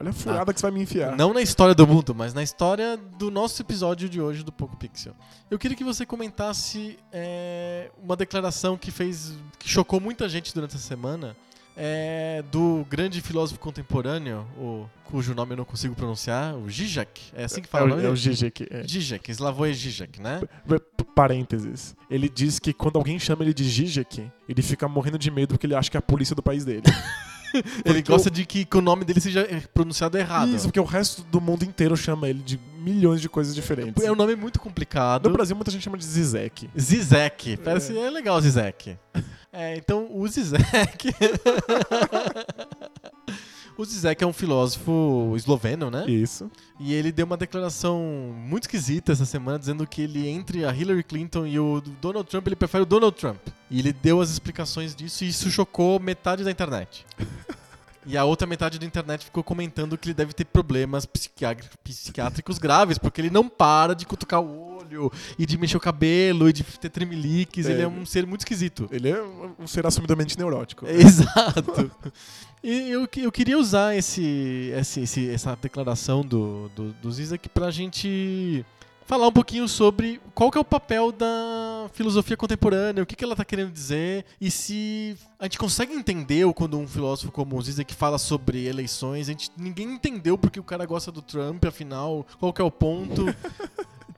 Olha a furada que você vai me enfiar. Não na história do mundo, mas na história do nosso episódio de hoje do Poco Pixel. Eu queria que você comentasse é, uma declaração que fez. que chocou muita gente durante essa semana. é, do grande filósofo contemporâneo, o- cujo nome eu não consigo pronunciar, o Zizek. É assim que É fala o, nome é o dele? GG aqui. é. Zizek, Slavoj Zizek, né? P- Parênteses. Ele diz que quando alguém chama ele de Zizek, ele fica morrendo de medo porque ele acha que é a polícia do país dele. Ele Porque gosta de que, que o nome dele seja eh, pronunciado errado. Isso, porque o resto do mundo inteiro chama ele de milhões de coisas diferentes. É um nome muito complicado. No Brasil, muita gente chama de Zizek. Zizek. Parece, é. legal Zizek. É, então o Zizek. o Zizek é um filósofo esloveno, né? Isso. E ele deu uma declaração muito esquisita essa semana, dizendo que ele, entre a Hillary Clinton e o Donald Trump, ele prefere o Donald Trump. E ele deu as explicações disso e isso chocou metade da internet. E a outra metade da internet ficou comentando que ele deve ter problemas psiquiá- psiquiátricos graves, porque ele não para de cutucar o olho, e de mexer o cabelo, e de ter tremeliques. É. Ele é um ser muito esquisito. Ele é um ser assumidamente neurótico. É. Exato. E eu, que- eu queria usar esse, esse- esse- essa declaração do, do, do Zizek pra gente falar um pouquinho sobre qual que é o papel da filosofia contemporânea, o que, que ela tá querendo dizer, e se a gente consegue entender ou quando um filósofo como o Zizek fala sobre eleições, a gente, ninguém entendeu porque o cara gosta do Trump, afinal, qual que é o ponto...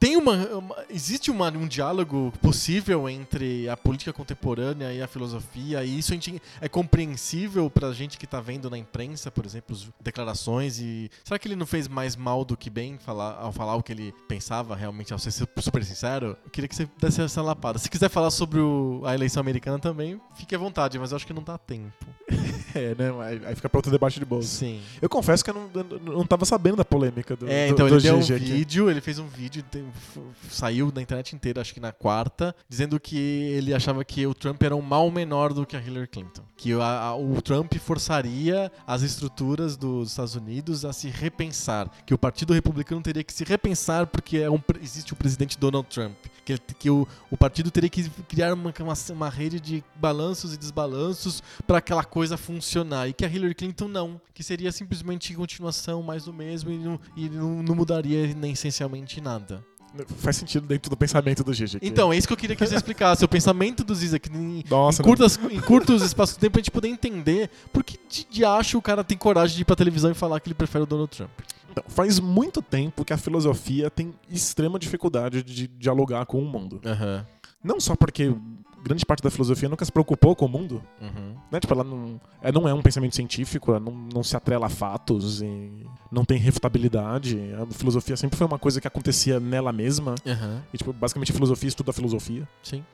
Tem uma, uma- existe uma- um diálogo possível entre a política contemporânea e a filosofia, e isso a gente, é compreensível pra gente que tá vendo na imprensa, por exemplo, as declarações e será que ele não fez mais mal do que bem falar, ao falar o que ele pensava realmente, ao ser su- super sincero? Eu queria que você desse essa lapada. Se quiser falar sobre o- a eleição americana também, fique à vontade, mas eu acho que não dá tempo. É, né? Aí- Aí fica pra outro debate de bolsa. Sim. Eu confesso que eu não, eu não tava sabendo da polêmica do, É, do- então do ele deu um GG aqui. vídeo, ele fez um vídeo, tem- f- saiu na internet inteira, acho que na quarta, dizendo que ele achava que o Trump era um mal menor do que a Hillary Clinton. Que a- a- o Trump forçaria as estruturas dos Estados Unidos a se repensar. Que o Partido Republicano teria que se repensar porque é um pre- existe o presidente Donald Trump. Que, ele- que o, o partido teria que criar uma, uma- uma rede de balanços e desbalanços para aquela coisa funcionar. E que a Hillary Clinton não. Que seria simplesmente continuação mais do mesmo e não, e não, não mudaria nem essencialmente nada. Faz sentido dentro do pensamento do GG. aqui. Então, é isso que eu queria que você explicasse. o pensamento do Zizek em, Nossa, em, curtas, em curtos espaços de tempo, a gente poder entender por que de, de acho o cara tem coragem de ir pra televisão e falar que ele prefere o Donald Trump. Então, faz muito tempo que a filosofia tem extrema dificuldade de dialogar com o mundo. Aham. Não só porque grande parte da filosofia nunca se preocupou com o mundo, uhum, né? Tipo, ela não é, não é um pensamento científico, ela não, não se atrela a fatos, e não tem refutabilidade. A filosofia sempre foi uma coisa que acontecia nela mesma. Aham. E, tipo, basicamente a filosofia estuda a filosofia. Sim.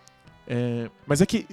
É, mas é que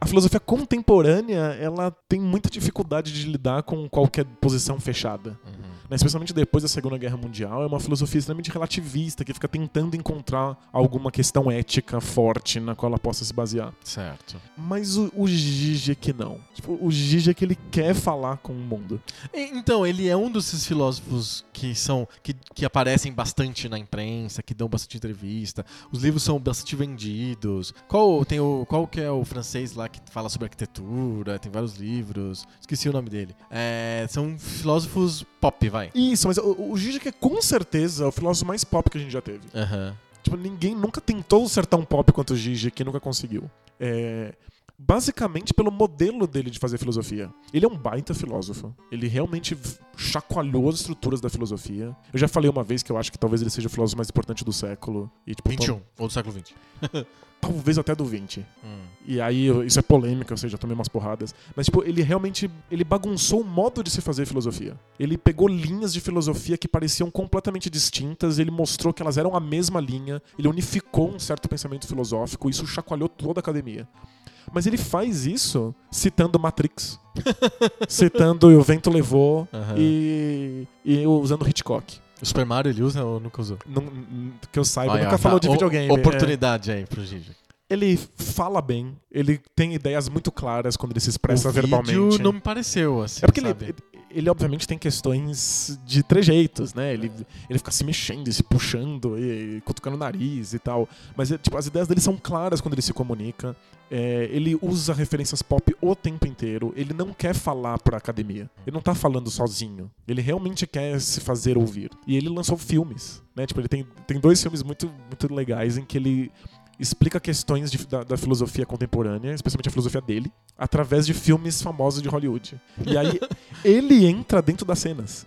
a filosofia contemporânea ela tem muita dificuldade de lidar com qualquer posição fechada uhum. né, especialmente depois da Segunda Guerra Mundial, é uma filosofia extremamente relativista que fica tentando encontrar alguma questão ética forte na qual ela possa se basear. Certo. Mas o, o Zizek não. Tipo, o Zizek ele quer falar com o mundo. E- Então, ele é um desses filósofos que são que, que aparecem bastante na imprensa, que dão bastante entrevista. Os livros são bastante vendidos. Qual tem o qual que é o francês lá que fala sobre arquitetura? Tem vários livros. Esqueci o nome dele. É, são filósofos pop, vai. Isso, mas o, o Zizek é com certeza o filósofo mais pop que a gente já teve. Aham. Tipo, ninguém nunca tentou ser tão pop quanto o Zizek, nunca conseguiu. É, Basicamente pelo modelo dele de fazer filosofia. Ele é um baita filósofo. Ele realmente v- chacoalhou as estruturas da filosofia. Eu já falei uma vez que eu acho que talvez ele seja o filósofo mais importante do século. E, tipo, 21, ou do século 20. tal- talvez até do 20. E aí, eu- isso é polêmica, ou seja, eu tomei umas porradas. Mas, tipo, ele realmente ele bagunçou o modo de se fazer filosofia. Ele pegou linhas de filosofia que pareciam completamente distintas, ele mostrou que elas eram a mesma linha, ele unificou um certo pensamento filosófico, isso chacoalhou toda a academia. Mas ele faz isso citando Matrix, citando O Vento Levou Aham. e, e usando Hitchcock. O Super Mario ele usa ou nunca usou? Não- não- que eu saiba, Olha, nunca tá. falou de O- videogame. é Oportunidade aí pro Gigi. ele fala bem, ele tem ideias muito claras quando ele se expressa o verbalmente. Vídeo não me pareceu assim. É porque ele, sabe? ele, ele obviamente tem questões de trejeitos, né? Ele, ele fica se mexendo, e se puxando, e, e cutucando o nariz e tal. Mas é, tipo, as ideias dele são claras quando ele se comunica. É, ele usa referências pop o tempo inteiro. Ele não quer falar pra academia. Ele não tá falando sozinho. Ele realmente quer se fazer ouvir. E ele lançou filmes, né? Tipo, ele tem, tem dois filmes muito, muito legais em que ele explica questões de- da, da filosofia contemporânea, especialmente a filosofia dele, através de filmes famosos de Hollywood. E aí ele entra dentro das cenas.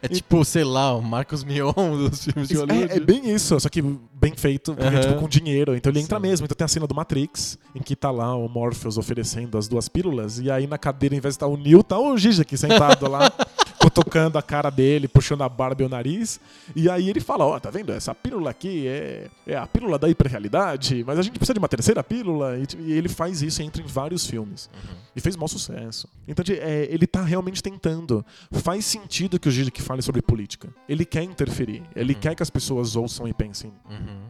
É tipo, sei lá, o Marcos Mion dos filmes de Isso, Hollywood. É, é bem isso, só que bem feito, porque, Aham. tipo, com dinheiro. Então ele entra Sim. mesmo. Então tem a cena do Matrix, em que tá lá o Morpheus oferecendo as duas pílulas, e aí na cadeira, em vez de estar o Neo, tá o Zizek sentado lá, cutucando a cara dele, puxando a barba e o nariz. E aí ele fala, ó, tá vendo? Essa pílula aqui é, é a pílula da hiperrealidade, mas a gente precisa de uma terceira pílula. E, tipo, e ele faz isso e entra em vários filmes. E fez mau sucesso. Então de- é, ele tá realmente tentando. Faz sentido que o Gilles que fale sobre política. Ele quer interferir. Ele quer que as pessoas ouçam e pensem. Uhum.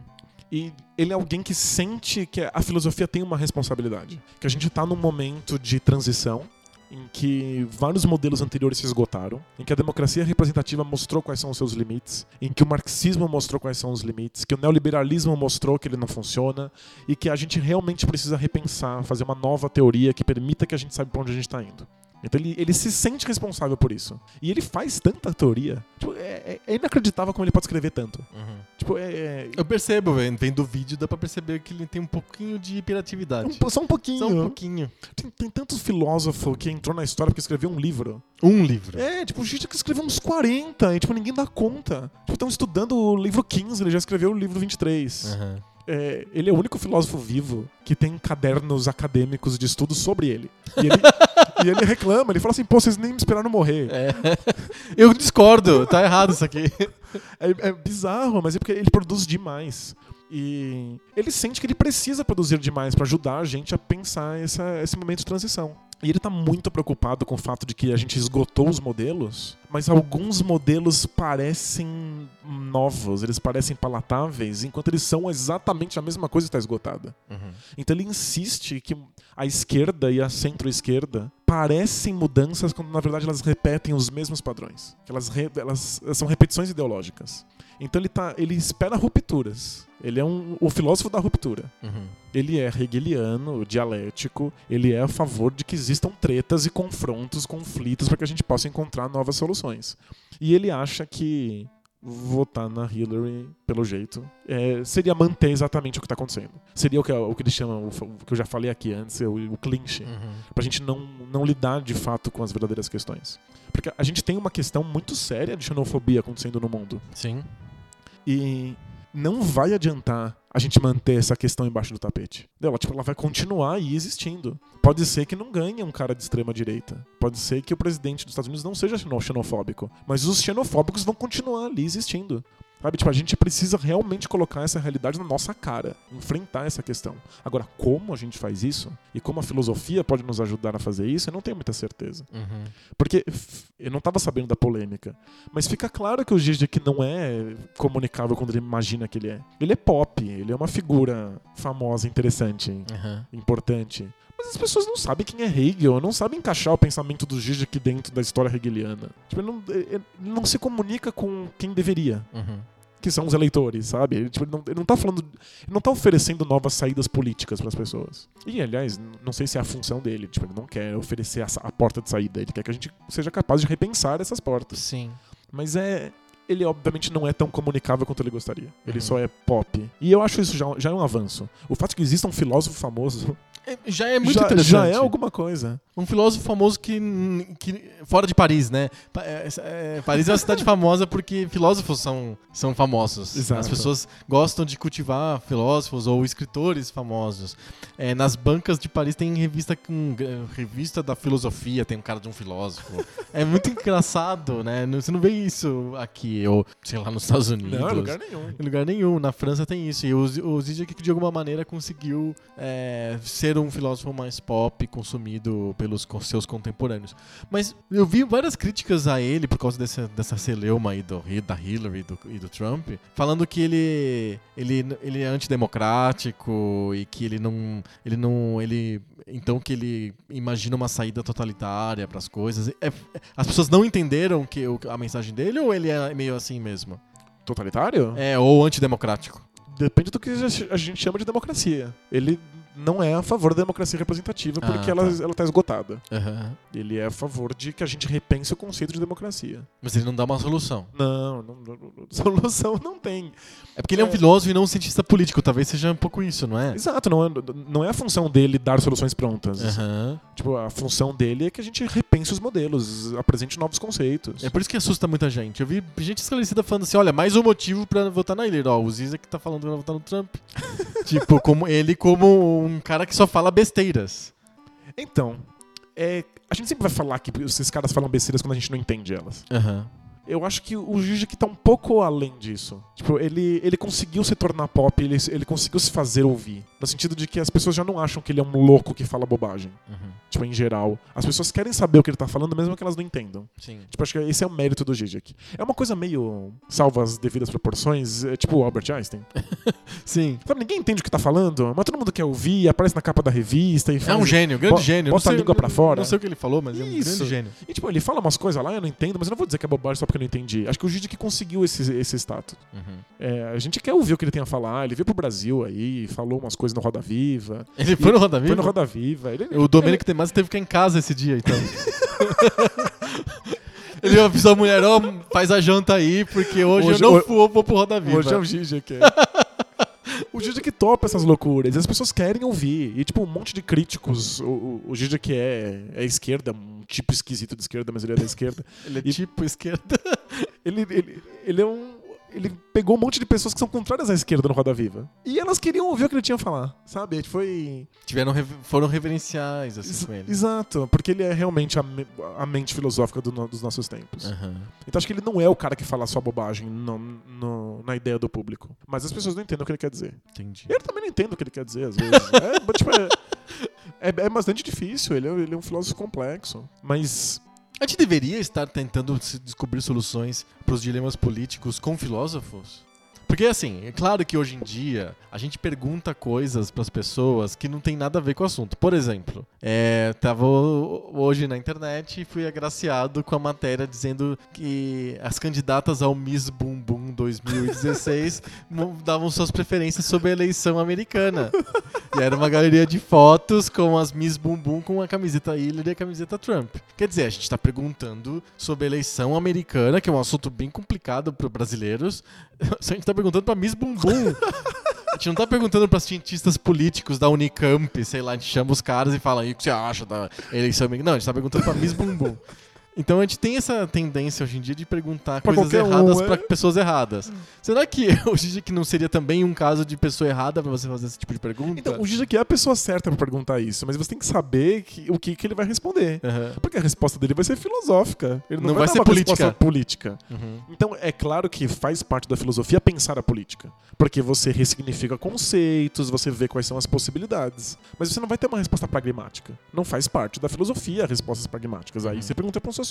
E ele é alguém que sente que a filosofia tem uma responsabilidade. Que a gente tá num momento de transição em que vários modelos anteriores se esgotaram, em que a democracia representativa mostrou quais são os seus limites, em que o marxismo mostrou quais são os limites, que o neoliberalismo mostrou que ele não funciona e que a gente realmente precisa repensar, fazer uma nova teoria que permita que a gente saiba para onde a gente está indo. Então ele, ele se sente responsável por isso. E ele faz tanta teoria. Tipo, é, é- é inacreditável como ele pode escrever tanto. Uhum. Tipo, é- é, Eu percebo, velho. Vendo o vídeo, dá pra perceber que ele tem um pouquinho de Um hiperatividade. po- só um pouquinho. Só um pouquinho. Tem, tem tanto filósofo que entrou na história porque escreveu um livro. Um livro. É, tipo, gente que escreveu uns 40 e, tipo, ninguém dá conta. Tipo, estão estudando o livro 15, ele já escreveu o livro 23. Aham. É, ele é o único filósofo vivo que tem cadernos acadêmicos de estudo sobre ele. E ele, e ele reclama, ele fala assim, pô, vocês nem me esperaram morrer. É. Eu discordo, tá errado isso aqui. É, é bizarro, mas é porque ele produz demais. E ele sente que ele precisa produzir demais pra ajudar a gente a pensar essa- esse momento de transição. E ele tá muito preocupado com o fato de que a gente esgotou os modelos, mas alguns modelos parecem novos, eles parecem palatáveis, enquanto eles são exatamente a mesma coisa que tá esgotada. Uhum. Então ele insiste que a esquerda e a centro-esquerda parecem mudanças quando na verdade elas repetem os mesmos padrões. Que Elas, re- elas- elas são repetições ideológicas. Então ele, tá, ele espera rupturas. Ele é um, o filósofo da ruptura. Uhum. Ele é hegeliano, dialético, ele é a favor de que existam tretas e confrontos, conflitos, para que a gente possa encontrar novas soluções. E ele acha que votar na Hillary, pelo jeito, é, seria manter exatamente o que está acontecendo. Seria o que, o que eles chamam, o, fa- o que eu já falei aqui antes, é o, o clinch Uhum. pra gente não, não lidar de fato com as verdadeiras questões. Porque a gente tem uma questão muito séria de xenofobia acontecendo no mundo. Sim. E não vai adiantar a gente manter essa questão embaixo do tapete. Ela, tipo, ela vai continuar aí existindo. Pode ser que não ganhe um cara de extrema direita. Pode ser que o presidente dos Estados Unidos não seja xeno- xenofóbico. Mas os xenofóbicos vão continuar ali existindo. Sabe, tipo, a gente precisa realmente colocar essa realidade na nossa cara, enfrentar essa questão. Agora, como a gente faz isso e como a filosofia pode nos ajudar a fazer isso, eu não tenho muita certeza. Porque f- eu não tava sabendo da polêmica. Mas fica claro que o Zizek não é comunicável quando ele imagina que ele é. Ele é pop, ele é uma figura famosa, interessante, importante. Mas as pessoas não sabem quem é Hegel, não sabem encaixar o pensamento do Zizek dentro da história hegeliana. Tipo, ele não, ele não se comunica com quem deveria Uhum. que são os eleitores, sabe? Ele, tipo, ele não, ele não tá falando. Ele não tá oferecendo novas saídas políticas para as pessoas. E, aliás, n- não sei se é a função dele. Tipo, ele não quer oferecer essa- a porta de saída. Ele quer que a gente seja capaz de repensar essas portas. Sim. Mas é. Ele, obviamente, não é tão comunicável quanto ele gostaria. Ele Uhum. só é pop. E eu acho isso já, já é um avanço. O fato de que exista um filósofo famoso Já é muito já, interessante. já é alguma coisa. Um filósofo famoso que, que. Fora de Paris, né? Pa- é- é- Paris é uma cidade famosa porque filósofos são, são famosos. Exato. As pessoas gostam de cultivar filósofos ou escritores famosos. É, nas bancas de Paris tem revista com. eh, Revista da filosofia, tem um cara de um filósofo. é muito engraçado, né? Não- Você não vê isso aqui, ou sei lá, nos Estados Unidos. Não, é lugar nenhum. Em lugar nenhum. Na França tem isso. E o, Z- o Zizek, de alguma maneira, conseguiu é, ser ser um filósofo mais pop consumido pelos con- seus contemporâneos. Mas eu vi várias críticas a ele por causa dessa, dessa celeuma aí do, Hi- da Hillary e do, e do Trump, falando que ele, ele, n- ele é antidemocrático e que ele não. Ele não. Ele. Então que ele imagina uma saída totalitária para as coisas. É- as pessoas não entenderam que, o- a mensagem dele ou ele é meio assim mesmo? Totalitário? É, ou antidemocrático. Depende do que a gente chama de democracia. Ele não é a favor da democracia representativa Ah, porque ela, tá. ela tá esgotada. Aham. Ele é a favor de que a gente repense o conceito de democracia. Mas ele não dá uma solução. Não, não, não, não solução não tem. É porque ele é um É. filósofo e não um cientista político, talvez seja um pouco isso, não é? Exato, não é, não é a função dele dar soluções prontas. Aham. Tipo, a função dele é que a gente repense os modelos, apresente novos conceitos. É por isso que assusta muita gente. Eu vi gente esclarecida falando assim: olha, mais um motivo pra votar na Hillary. Ó, o Zizek tá falando que vai votar no Trump. tipo, como ele como um cara que só fala besteiras. Então, é, a gente sempre vai falar que esses caras falam besteiras quando a gente não entende elas. Aham. Eu acho que o Zizek tá um pouco além disso. Tipo, ele, ele conseguiu se tornar pop, ele, ele conseguiu se fazer ouvir. No sentido de que as pessoas já não acham que ele é um louco que fala bobagem. Uhum. Tipo, em geral. As pessoas querem saber o que ele tá falando, mesmo que elas não entendam. Sim. Tipo, acho que esse é o mérito do Zizek. É uma coisa meio, salvo as devidas proporções, é tipo o Albert Einstein. Sim. Sabe, ninguém entende o que tá falando, mas todo mundo quer ouvir, aparece na capa da revista e É faz... um gênio, grande Bo- gênio. bota a Não sei- língua pra fora. Não sei o que ele falou, mas é um Isso. grande gênio. E tipo, ele fala umas coisas lá, eu não entendo, mas eu não vou dizer que é bobagem só porque eu não entendi. Acho que o Zizek conseguiu esse, esse status. É, a gente quer ouvir o que ele tem a falar, ele veio pro Brasil aí, falou umas coisas no Roda Viva. Ele foi no Roda Foi no Viva? Roda Viva. Ele, O Domênico Temaz teve que ficar em casa esse dia, então. Ele avisou a mulher, ó, faz a janta aí, porque hoje, Hoje- eu não hoje- vou, vou pro Roda Viva. Hoje é o Zizek. é. o Zizek topa essas loucuras. As pessoas querem ouvir. E, tipo, um monte de críticos. O, o, o Zizek é, é esquerda, um tipo esquisito de esquerda, mas ele é da esquerda. Ele é E- tipo esquerda. Ele, ele, ele é um. Ele pegou um monte de pessoas que são contrárias à esquerda no Roda Viva. E elas queriam ouvir o que ele tinha a falar, sabe? Foi. Tiveram, rev- foram reverenciais, assim, com Ex- ele. Exato, porque ele é realmente a, me- a mente filosófica do no- dos nossos tempos. Aham. Então acho que ele não é o cara que fala só bobagem no- no- na ideia do público. Mas as pessoas não entendem o que ele quer dizer. Entendi. Eu também não entendo o que ele quer dizer, às vezes. É, mas, tipo, é, é- é bastante difícil, ele é, ele é um filósofo complexo. Mas A gente deveria estar tentando se descobrir soluções para os dilemas políticos com filósofos? Porque, assim, é claro que hoje em dia a gente pergunta coisas para as pessoas que não tem nada a ver com o assunto. Por exemplo, é, tava ho- hoje na internet e fui agraciado com a matéria dizendo que as candidatas ao Miss Bumbum 2016 mo- davam suas preferências sobre a eleição americana. E era uma galeria de fotos com as Miss Bumbum com a camiseta Hillary e a camiseta Trump. Quer dizer, a gente tá perguntando sobre a eleição americana, que é um assunto bem complicado para brasileiros. Só a gente tá perguntando pra Miss Bumbum. A gente não tá perguntando para cientistas políticos da Unicamp, sei lá, a gente chama os caras e fala, e o que você acha da eleição americana? Não, a gente tá perguntando pra Miss Bumbum. Então a gente tem essa tendência hoje em dia de perguntar Pra coisas qualquer um, erradas é? pra pessoas erradas. Será que hoje que não seria também um caso de pessoa errada pra você fazer esse tipo de pergunta? então, o Zizek é a pessoa certa pra perguntar isso, mas você tem que saber que- o que, que ele vai responder. Aham. Porque a resposta dele vai ser filosófica. Ele não, Não vai vai, dar ser uma política. resposta política. Uhum. Então, é claro que faz parte da filosofia pensar a política. Porque você ressignifica conceitos, você vê quais são as possibilidades. Mas você não vai ter uma resposta pragmática. Não faz parte da filosofia respostas pragmáticas. Aí Uhum. você pergunta pra um sociólogo.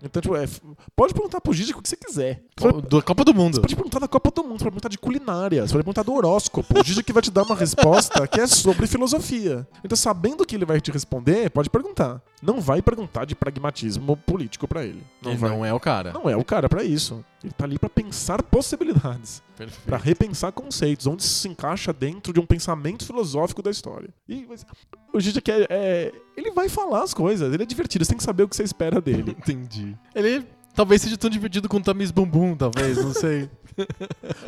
Então, tipo, é, f- pode perguntar pro Gigi o que você quiser. Você Co- pode, Do Copa do Mundo. você pode perguntar da Copa do Mundo, você pode perguntar de culinária, você pode perguntar do horóscopo. O Gigi que vai te dar uma resposta que é sobre filosofia. Então, sabendo o que ele vai te responder, pode perguntar. Não vai perguntar de pragmatismo político pra ele. Ele vai. não é o cara. Não é o cara pra isso. Ele tá ali pra pensar possibilidades, Perfeito. Pra repensar conceitos, onde isso se encaixa dentro de um pensamento filosófico da história. E mas, o Gigi é, é, ele vai falar as coisas, ele é divertido, você tem que saber o que você espera dele. Entendi. Ele talvez seja tão dividido quanto a Miss Bumbum, talvez, não sei.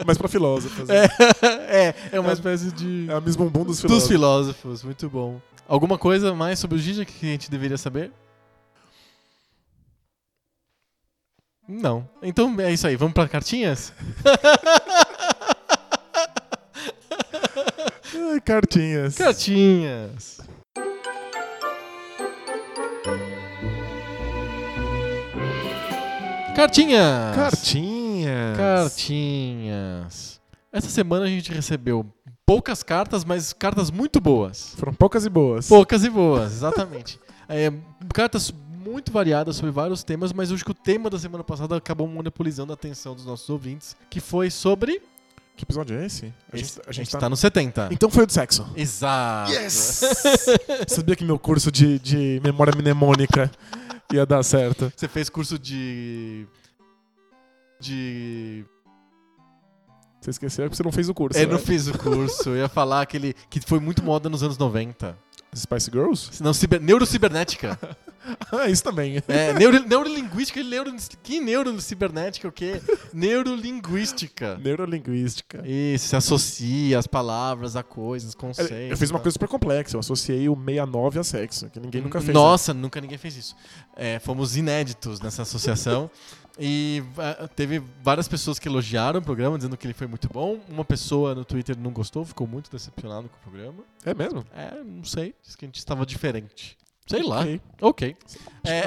Mas pra filósofos. né? é, é, é uma É- espécie de. É a mesma bumbum dos dos filósofos. filósofos, muito bom. Alguma coisa mais sobre o Gigi que a gente deveria saber? Não. Então é isso aí, vamos pra cartinhas? Ai, cartinhas. Cartinhas! Cartinhas! Cartinhas. Cartinhas. Essa semana a gente recebeu poucas cartas, mas cartas muito boas. Foram poucas e boas. Poucas e boas, exatamente. É, cartas muito variadas sobre vários temas, mas eu acho que o tema da semana passada acabou monopolizando a atenção dos nossos ouvintes, que foi sobre. Que episódio é esse? A Esse- a gente tá, Ah, no 70. Então foi o de sexo. Exato. Yes! Sabia que meu curso de, de memória mnemônica ia dar certo. Você fez curso de. De. Você esqueceu que você não fez o curso. Eu não né? fiz o curso, eu ia falar aquele que foi muito moda nos anos 90. Spice Girls? Não, ciber... neurocibernética. Ah, isso também. É, neuro... neurolinguística e neuro... Que neurocibernética, o quê? Neurolinguística. Neurolinguística. Isso, se associa as palavras a coisas, conceitos. É, Eu fiz uma coisa super complexa. Eu associei o 69 a sexo, que ninguém nunca fez. né? Nossa, nunca ninguém fez isso. É, fomos inéditos nessa associação. e ah, teve várias pessoas que elogiaram o programa, dizendo que ele foi muito bom. Uma pessoa no Twitter não gostou, ficou muito decepcionado com o programa. né? É mesmo? É, não sei. Diz que a gente estava diferente. Sei lá. Ok. Ok. É.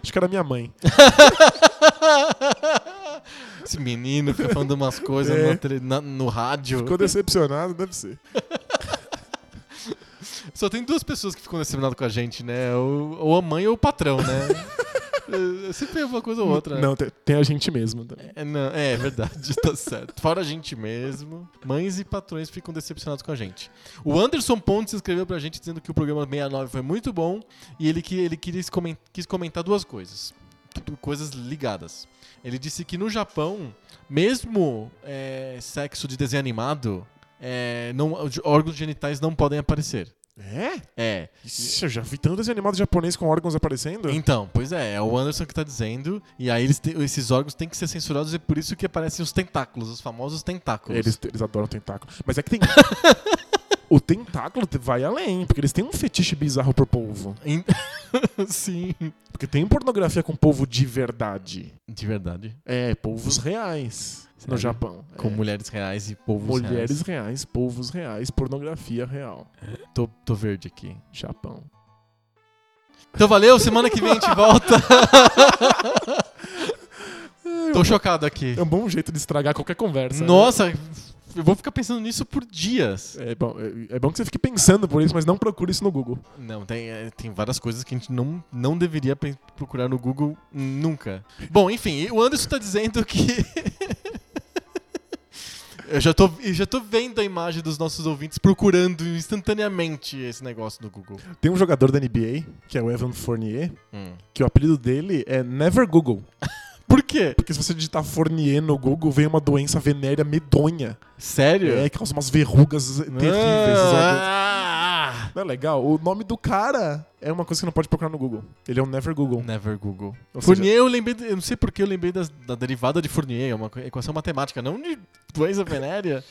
Acho que era minha mãe. Esse menino fica falando umas coisas É. no, tele- na- no rádio. Ficou decepcionado, deve ser. Só tem duas pessoas que ficam decepcionadas com a gente, né? Ou, ou a mãe ou o patrão, né? É, Sempre é uma coisa ou outra. né? Não, tem, tem a gente mesmo. também. É, não, é verdade, tá certo. Fora a gente mesmo, mães e patrões ficam decepcionados com a gente. O Anderson Pontes escreveu pra gente dizendo que o programa 69 foi muito bom e ele, que- ele queria se comen- quis comentar duas coisas. tu- Coisas ligadas. Ele disse que no Japão, mesmo é, sexo de desenho animado, é, não- os órgãos genitais não podem aparecer. É? É. Ixi, eu já vi tanto desenho animado japonês com órgãos aparecendo. Então, pois é, é o Anderson que tá dizendo, e aí eles te- esses órgãos têm que ser censurados, e por isso que aparecem os tentáculos, os famosos tentáculos. Eles, eles adoram tentáculo. Mas é que tem. o tentáculo te- vai além, porque eles têm um fetiche bizarro pro povo. Em- Sim. Porque tem pornografia com povo de verdade. De verdade. É, povos reais Sério? no Japão. Com É. mulheres reais e povos Mulheres reais. reais, povos reais, pornografia real. Tô, tô verde aqui. Japão. Então valeu, semana que vem a gente volta. tô chocado aqui. É um bom jeito de estragar qualquer conversa. né? Nossa, eu vou ficar pensando nisso por dias. É bom, é, é bom que você fique pensando por isso, mas não procure isso no Google. Não, tem, é, tem várias coisas que a gente não, não deveria pe- procurar no Google nunca. Bom, enfim, o Anderson tá dizendo que. eu, já tô, eu já tô vendo a imagem dos nossos ouvintes procurando instantaneamente esse negócio no Google. Tem um jogador da NBA, que é o Evan Fournier, Hum. que o apelido dele é Never Google. Por quê? Porque se você digitar Fournier no Google, vem uma doença venérea medonha. Sério? É, que causa umas verrugas terríveis. sabe? Ah! Não é legal? O nome do cara é uma coisa que não pode procurar no Google. Ele é um Never Google. Never Google. Ou seja- Fournier, eu lembrei. de- Eu não sei porque eu lembrei das- da derivada de Fournier, é uma co- equação matemática, não de doença venérea.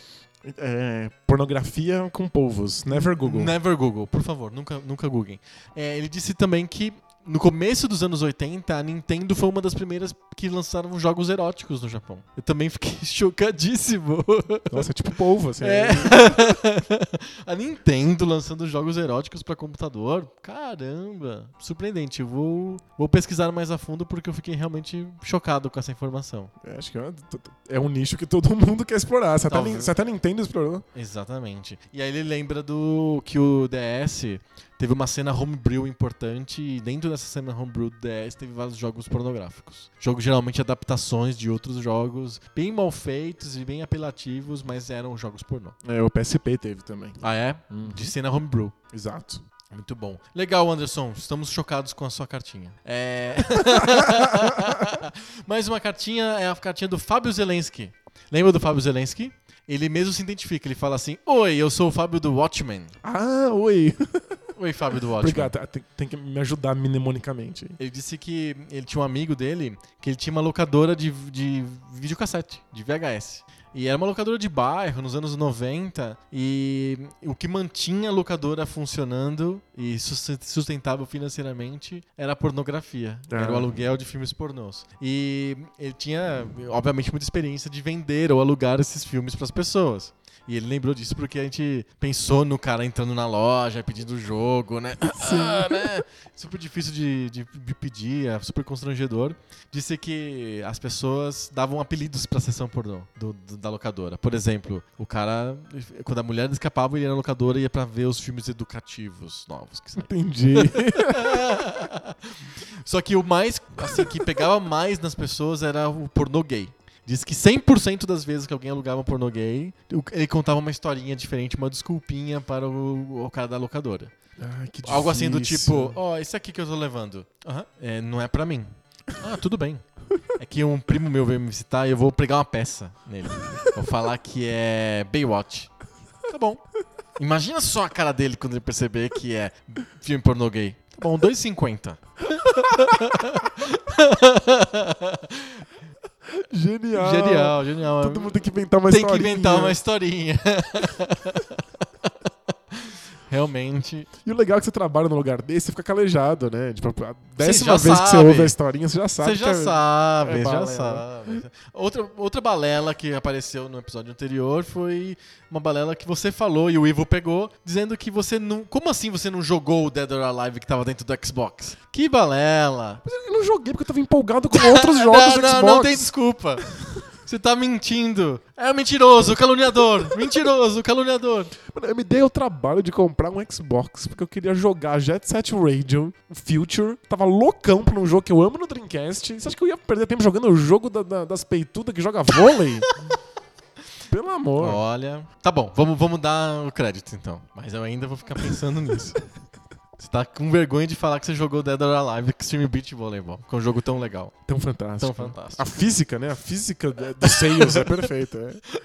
É, pornografia com povos. Never Google. Never Google, por favor, nunca, nunca googlem. É, ele disse também que no começo dos anos 80, a Nintendo foi uma das primeiras que lançaram jogos eróticos no Japão. Eu também fiquei chocadíssimo. Nossa, é tipo polvo, assim. É. a Nintendo lançando jogos eróticos pra computador. Caramba, surpreendente. Eu Vou, vou pesquisar mais a fundo porque eu fiquei realmente chocado com essa informação. É, acho que é, uma- t- t- é um nicho que todo mundo quer explorar. Se até, Talvez. Nin- se até Nintendo explorou. Exatamente. E aí ele lembra do que o DS teve uma cena homebrew importante e dentro dessa cena homebrew do DS teve vários jogos pornográficos. Jogos geralmente adaptações de outros jogos, bem mal feitos e bem apelativos, mas eram jogos pornô. É, o PSP teve também. Ah é? De cena homebrew. Exato. Muito bom. Legal, Anderson. Estamos chocados com a sua cartinha. É... Mais uma cartinha é a cartinha do Fábio Zelensky. Lembra do Fábio Zelensky? Ele mesmo se identifica. Ele fala assim: Oi, eu sou o Fábio do Watchmen. Ah, oi. Oi, Fábio do Watchmen. Obrigado. Ah, Tem, tem que me ajudar mnemonicamente. Ele disse que ele tinha um amigo dele que ele tinha uma locadora de, de videocassete, de VHS. E era uma locadora de bairro nos anos 90 e o que mantinha a locadora funcionando e sus- sustentável financeiramente era a pornografia, Ah. era o aluguel de filmes pornôs. E ele tinha, obviamente, muita experiência de vender ou alugar esses filmes para as pessoas. E ele lembrou disso porque a gente pensou no cara entrando na loja, pedindo o jogo, né? Ah, né? Super difícil de, de, de pedir, é super constrangedor. Disse que as pessoas davam apelidos pra sessão pornô do, do- da locadora. Por exemplo, o cara, quando a mulher escapava, ele ia na locadora e ia pra ver os filmes educativos novos que saíram. Entendi. Só que o mais, assim, que pegava mais nas pessoas era o pornô gay. Diz que 100% das vezes que alguém alugava um pornô gay, o- ele contava uma historinha diferente, uma desculpinha para o, o cara da locadora. Ai, que Algo assim do difícil. tipo, ó, esse aqui que eu tô levando. Aham. É, não é pra mim. Ah, tudo bem. É que um primo meu veio me visitar e eu vou pregar uma peça nele. Vou falar que é Baywatch. Tá bom. Imagina só a cara dele quando ele perceber que é filme pornô gay. Tá bom, 2,50. Genial. Genial, genial. Todo mundo tem que inventar uma Tem que historinha. inventar uma historinha. Realmente. E o legal é que você trabalha num lugar desse, você fica calejado, né? Tipo, a décima já vez que você sabe. ouve a historinha, você já sabe. Você já que é- sabe, é já balela. sabe. Outra, outra balela que apareceu no episódio anterior foi uma balela que você falou e o Ivo pegou, dizendo que você não. Como assim você não jogou o Dead or Alive que tava dentro do Xbox? Que balela! Mas eu não joguei porque eu tava empolgado com outros jogos não, do não, Xbox. não tem desculpa. Você tá mentindo. É mentiroso, caluniador. Mentiroso, caluniador. Mano, eu me dei o trabalho de comprar um Xbox porque eu queria jogar Jet Set Radio, Future. Tava loucão pra um jogo que eu amo no Dreamcast. Você acha que eu ia perder tempo jogando o jogo da- da- das peitudas que joga vôlei? Pelo amor. Olha. Tá bom, vamos, vamos dar o crédito então. Mas eu ainda vou ficar pensando nisso. Você tá com vergonha de falar que você jogou Dead or Alive Extreme Beach Volleyball, que é um jogo tão legal. Tão fantástico. Tão fantástico. A física, né? A física de- dos seios é perfeita. é.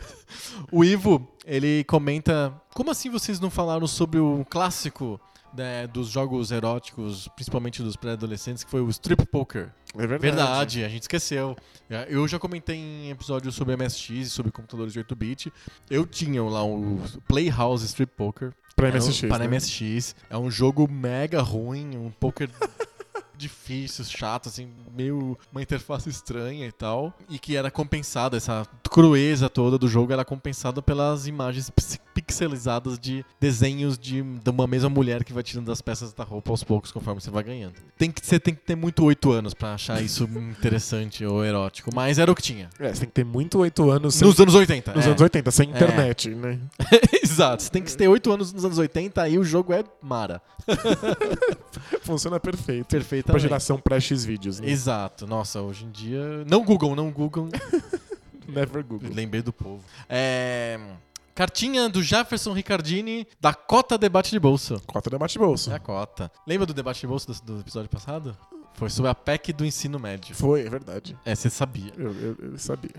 O Ivo, ele comenta: Como assim vocês não falaram sobre o clássico né, dos jogos eróticos, principalmente dos pré-adolescentes, que foi o Strip Poker? É verdade. Verdade, a gente esqueceu. É, Eu já comentei em episódios sobre MSX e sobre computadores de 8-bit. Eu tinha lá o Playhouse Strip Poker. Pra É um- MSX. para né? MSX. É um jogo mega ruim, um poker difícil, chato, assim, meio uma interface estranha e tal. E que era compensada, essa crueza toda do jogo era compensada pelas imagens pix- pixelizadas de desenhos de, de uma mesma mulher que vai tirando as peças da roupa aos poucos conforme você vai ganhando. Tem que, você tem que ter muito oito anos pra achar isso interessante ou erótico, mas era o que tinha. É, você tem que ter muito 8 anos sem- Nos anos 80. nos é. anos 80, sem internet, né? Exato. Você tem que ter oito anos nos anos 80 aí o jogo é mara. Funciona perfeito. Pra Perfeitamente. geração pré-X vídeos, né? Exato. Nossa, hoje em dia. Não Google, não Google. Never Google. Lembrei do povo. É, Cartinha do Jefferson Ricardini da Cota Debate de Bolsa. Cota debate bolso. É a cota. Lembra do debate de bolsa do, do episódio passado? Foi sobre a PEC do ensino médio. Foi, é verdade. É, você sabia. Eu, eu- eu sabia.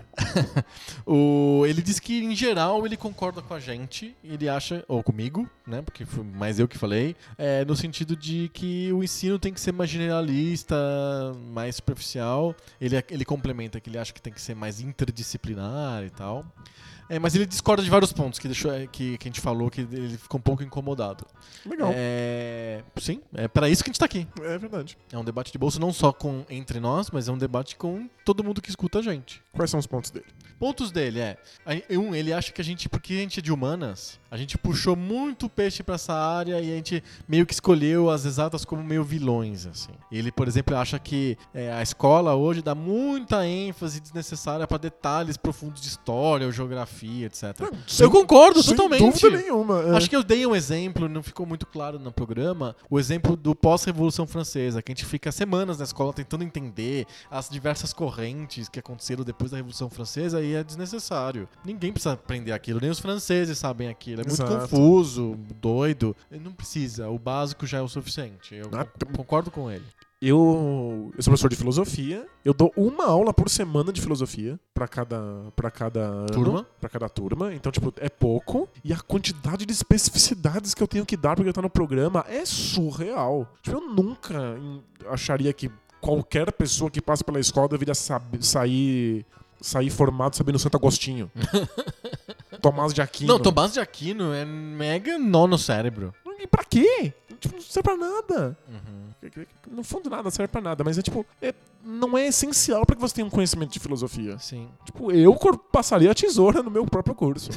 O, ele diz que, em geral, ele concorda com a gente, ele acha, ou comigo, né? Porque foi mais eu que falei, é, no sentido de que o ensino tem que ser mais generalista, mais superficial. Ele, ele complementa que ele acha que tem que ser mais interdisciplinar e tal. É, mas ele discorda de vários pontos que, deixou, é, que, que a gente falou, que ele ficou um pouco incomodado. Legal. É, É, sim, é para isso que a gente tá aqui. verdade. É um debate de bolso não só com entre nós, mas é um debate com todo mundo que escuta a gente. Quais são os pontos dele? Pontos dele é. a- Um, ele acha que a gente, porque a gente é de humanas, a gente puxou muito peixe pra essa área e a gente meio que escolheu as exatas como meio vilões, assim. Ele, por exemplo, acha que é, a escola hoje dá muita ênfase desnecessária pra detalhes profundos de história ou geografia, etc. Sem- Eu concordo sem totalmente. dúvida nenhuma. é. Acho que eu dei um exemplo, não ficou muito claro no programa, o exemplo do pós-Revolução Francesa, que a gente fica semanas na escola tentando entender as diversas correntes que aconteceram depois da Revolução Francesa e é desnecessário. Ninguém precisa aprender aquilo, nem os franceses sabem aquilo. É muito Exato. confuso, doido. Não precisa, o básico já é o suficiente. Eu Ah, con- concordo com ele. Eu, eu sou professor de filosofia. Eu dou uma aula por semana de filosofia pra cada para cada ano, Turma. pra cada turma. Então, tipo, é pouco e a quantidade de especificidades que eu tenho que dar porque eu tá no programa é surreal. Tipo, eu nunca em- acharia que qualquer pessoa que passa pela escola deveria saber, sair sair formado sabendo Santo Agostinho. Tomás de Aquino. Não, Tomás de Aquino é mega nó no cérebro. E pra Uhum. quê? Tipo, não serve pra nada. No fundo, nada serve pra nada, mas é tipo. é- não é essencial pra que você tenha um conhecimento de filosofia. Sim. Tipo, eu cor- passaria a tesoura no meu próprio curso.